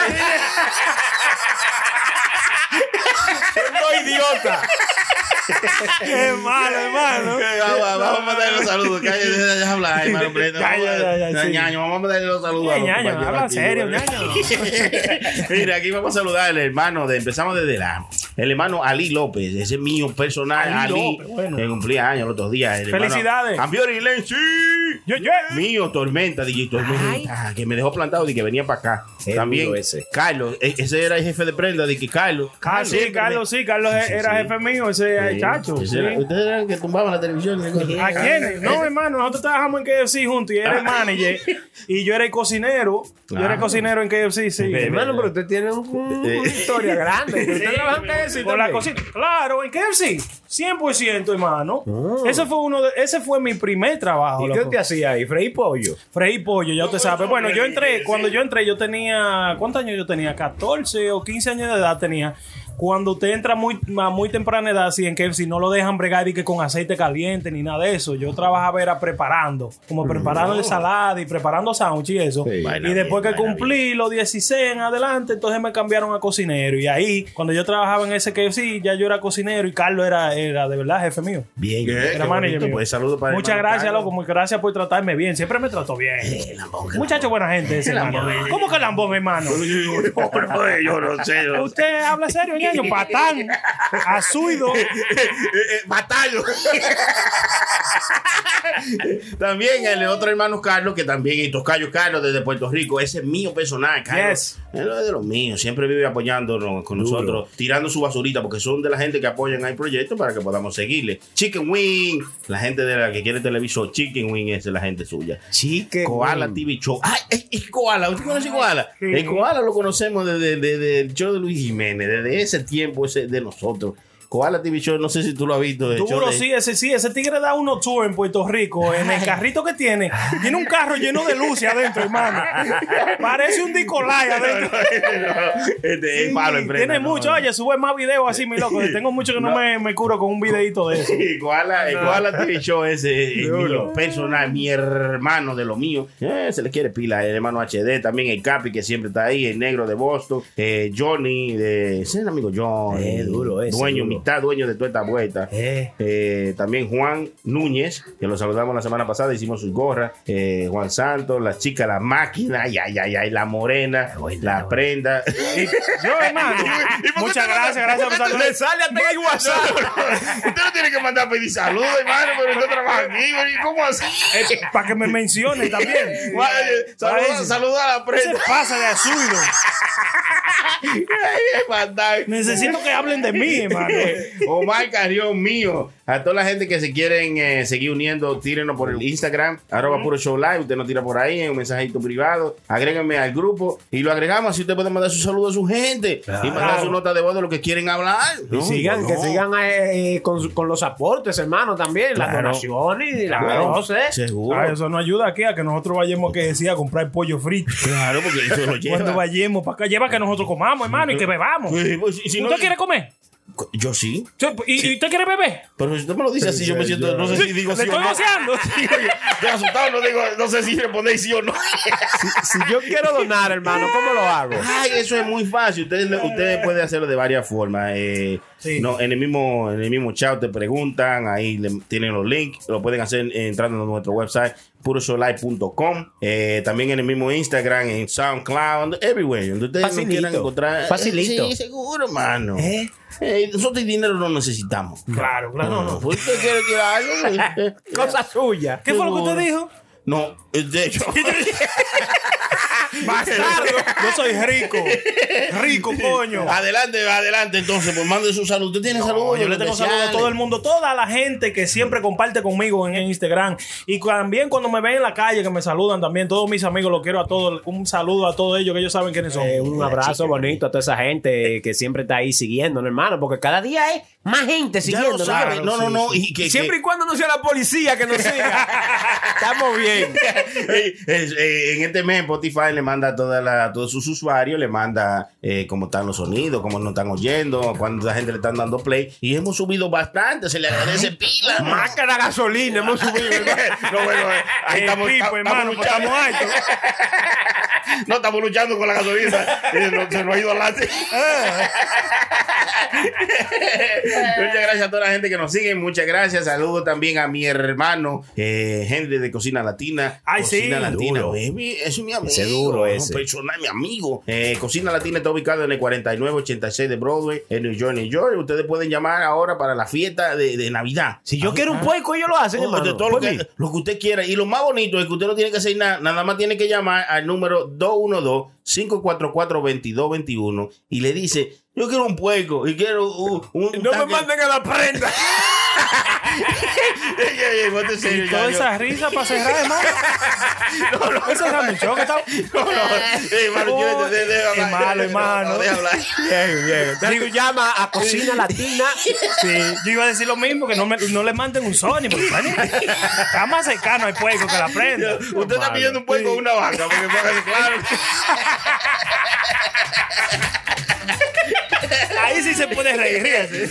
¡No, idiota! hermano, hermano. Eh, Vamos vamos a mandarle los saludos. Cállate, deja de hablar, hermano. prenda. Ya, Vamos a- ya, ya, ya, sí. ñaño, Vamos a mandarle los saludos. a Ey, los ñaño, compañeros habla aquí, serio, ¿verdad? ñaño. Mira, aquí vamos a saludar al hermano de, empezamos desde la, el hermano Ali López, ese mío personal, Ali Ali, López, bueno. que cumplía años los otros días. el hermano Felicidades. Cambiori Lenzi. Yo- yo- Mío, Tormenta, DJ Tormenta, ah, que me dejó plantado y que venía para acá. Qué También duro ese. Carlos, e- ese era el jefe de prenda, de que Carlos. Ah, sí, siempre Carlos, sí, Carlos sí, era sí. jefe mío, ese eh, Sí, chacho. ese sí. era- Ustedes eran que tumbaban la televisión. ¿A quién? No, hermano, nosotros trabajamos en KFC juntos y él era el manager y yo era el cocinero. Yo era el Ah. cocinero en KFC, sí. Ve, Hermano, pero usted tiene un- un- una historia grande. Usted trabaja en KFC Con la también. cosita. Claro, en KFC. 100%, hermano. Ese fue uno de, ese fue mi primer trabajo. ¿Y qué loco. usted hacía ahí? ¿Freí pollo? Freí pollo, ya usted sabe. Bueno, yo entré, cuando yo entré, yo tenía, ¿cuántos años yo tenía? 14 o 15 años de edad tenía. Cuando usted entra muy, a muy temprana edad, así en que si no lo dejan bregar y que con aceite caliente ni nada de eso, yo trabajaba era preparando, como preparando ensalada y preparando sándwich y eso. Vaina Y después bien, que vaina cumplí los 16 en adelante, entonces me cambiaron a cocinero. Y ahí, cuando yo trabajaba en ese KFC, ya yo era cocinero y Carlos era, era de verdad jefe mío. Bien, Era manager mío. Pues saludos para el Muchas hermano gracias, Carlos. loco. Muchas gracias por tratarme bien. Siempre me trató bien. Muchacho, buena gente ese, hermano. ¿Cómo que lambón, hermano? eh, yo no sé. yo no sé. Usted habla serio, ñaño. Patán. Azuido. Eh, Matarlo. también el otro hermano Carlos, que también es Tocayo Carlos desde Puerto Rico. Ese es mío personal, Carlos. Él es de los míos. Siempre vive apoyándonos con Duro. nosotros, tirando su basurita, porque son de la gente que apoyan al proyecto para que podamos seguirle. Chicken Wing, la gente de la que quiere televisor. Chicken Wing es la gente suya. Chique. Koala güey. TV Show. Ah, es, es Koala. ¿Usted conoce Koala? El Koala lo conocemos desde, desde el show de Luis Jiménez, desde ese tiempo ese de nosotros. Koala TV Show, no sé si tú lo has visto. el show Duro, de- sí, ese sí, ese tigre da uno tour en Puerto Rico, en el carrito que tiene. Tiene un carro lleno de luces adentro, hermano. Parece un Nicolai adentro. Este, es malo, emprenda, Tiene no, mucho, no. oye, sube más videos así, mi loco. Tengo mucho que no, No. me, me curo con un videito de eso. Sí, Koala, el Koala TV Show ese es Duro. mío, personal, mi hermano de lo mío. Eh, se le quiere pila, el hermano HD, también el Capi que siempre está ahí, el negro de Boston, eh, Johnny, de, ese es el amigo Johnny. Eh, duro ese, duro. Dueño, mitad dueño de toda esta vuelta. Eh. Eh, también Juan Núñez, que lo saludamos la semana pasada, hicimos sus gorras. Eh, Juan Santos, la chica, la máquina, ay, ay, ay, ay, la morena, la prenda. Yo, hermano. Muchas gracias, gracias por saludar. Le sale hasta en el WhatsApp. Usted no tiene que mandar a pedir saludos, hermano, pero usted trabaja aquí, ¿y ¿cómo así? Para que me mencione también. Vaya, Saluda, Ay, saluda a la ¿Qué se prensa. pasa de absurdo? Ay, es fatal. Necesito que hablen de mí, hermano. Omar Carrión mío. A toda la gente que se quieren eh, seguir uniendo, tírenos por el Instagram, arroba puro show live. Usted nos tira por ahí en un mensajito privado. Agréguenme al grupo y lo agregamos. Así usted puede mandar su saludo a su gente y mandar su nota de voz de lo que quieren hablar. Y No, sigan, no. que sigan eh, eh, con, su- con los aportes, hermano, también. Las Claro. donaciones y ¿eh? las Claro. cosas. Ah, eso nos ayuda aquí a que nosotros vayamos que decía a comprar pollo frito. Claro, porque eso lo lleva. Cuando vayamos para acá, lleva que nosotros comamos, hermano, y que bebamos. Sí, pues, si- si no- ¿Usted quiere comer? Yo sí. ¿Y, y usted quiere beber? Pero si usted me lo dice así, yo me siento. No sé si digo Le sí o estoy no. goceando. Sí, oye, estoy asustado, no digo, no sé si respondéis sí o no. Si yo quiero donar, hermano, ¿cómo lo hago? Ay, eso es muy fácil. Ustedes, lo- ustedes pueden hacerlo de varias formas. eh, no, en, el mismo, en el mismo chat te preguntan, ahí le- tienen los links. Lo pueden hacer eh, entrando a nuestro website purosolai.com eh, también en el mismo Instagram en SoundCloud everywhere donde ustedes nos Facilito. quieran encontrar Eh, Facilito. Sí, seguro hermano Eh, nosotros dinero no necesitamos claro claro no, no. ¿Usted quiere que haga algo? Eh, Cosa suya. ¿Qué fue lo que usted dijo? no eh, de hecho Yo soy rico. Rico, coño. Adelante, adelante, entonces, pues mande su salud. ¿Usted tiene saludos? Yo le tengo saludos a todo el mundo, toda la gente que siempre comparte conmigo en, en Instagram. Y también cuando me ven en la calle, que me saludan también, todos mis amigos, los quiero a todos. Un saludo a todos ellos, que ellos saben quiénes son. Eh, un abrazo bonito a toda esa gente que siempre está ahí siguiendo, hermano, porque cada día es más gente siguiendo. lo sabe. No, no, no, y que- siempre y que- cuando no sea la policía que nos siga. Estamos bien. Eh, eh, en este mes Spotify le manda a, toda la- a todos sus usuarios, le manda eh, cómo están los sonidos, cómo nos están oyendo, cuánta gente le están dando play. Y hemos subido bastante, se le agradece pila. Más que la gasolina hemos subido. No, bueno, eh, ahí El estamos, pipo, estamos hermano, pues, luchando. estamos altos. No estamos luchando con la gasolina. Eh, no, se nos ha ido adelante. Muchas gracias a toda la gente que nos sigue. Muchas gracias. Saludo también a mi hermano eh, Henry de Cocina Latina. Ay, Cocina sí. Latina. Duro. Es mi, es mi amigo. Ese duro es ese. Un personal, mi amigo. Eh, Cocina Latina está ubicado en el 4986 de Broadway, en New York, New York. Ustedes pueden llamar ahora para la fiesta de, de Navidad. Ah, Si yo quiero un puerco, ellos lo hacen, Oh, hermano. de todo lo, Pues Por mí. que, lo que usted quiera. Y lo más bonito es que usted no tiene que hacer nada. Nada más tiene que llamar al número 212-544-2221 y le dice: Yo quiero un puerco y quiero un. un No me tanque". manden a la prenda. Ey, ey, ey, ponte serio, Y ya, toda yo- esa risa para cerrar, hermano. No, no. Ese ramuchón que está- No, no. Ey, hermano, yo le- de- de- de- Qué Oh, hablar, malo, no, hermano. no, de hablar. Bien, bien. Digo, llama a Cocina Latina. Sí, yo iba a decir lo mismo, que no, me- no le manden un Sony, porque Sony está más cercano al pueblo que la prenda. Usted está pidiendo un puerco o una vaca, porque póngase claro. Ahí sí se puede reír. ríase.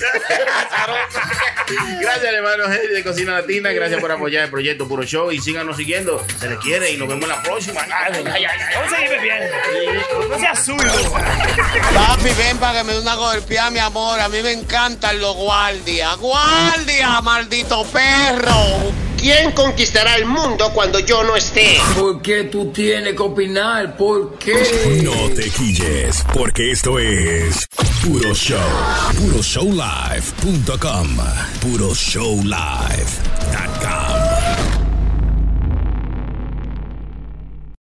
Gracias, hermano Henry de Cocina Latina. Gracias por apoyar el proyecto Puro Show. Y síganos siguiendo. Se les quiere y nos vemos en la próxima. Ay, ay, ay, ay. Vamos a seguir bebiendo. No seas suyo. Papi, ven para que me dé una golpeada, mi amor. A mí me encantan los guardias. ¡Guardia, maldito perro! ¿Quién conquistará el mundo cuando yo no esté? ¿Por qué tú tienes que opinar? ¿Por qué? No te quilles, porque esto es Puro Show. PuroShowLive.com. PuroShowLive.com.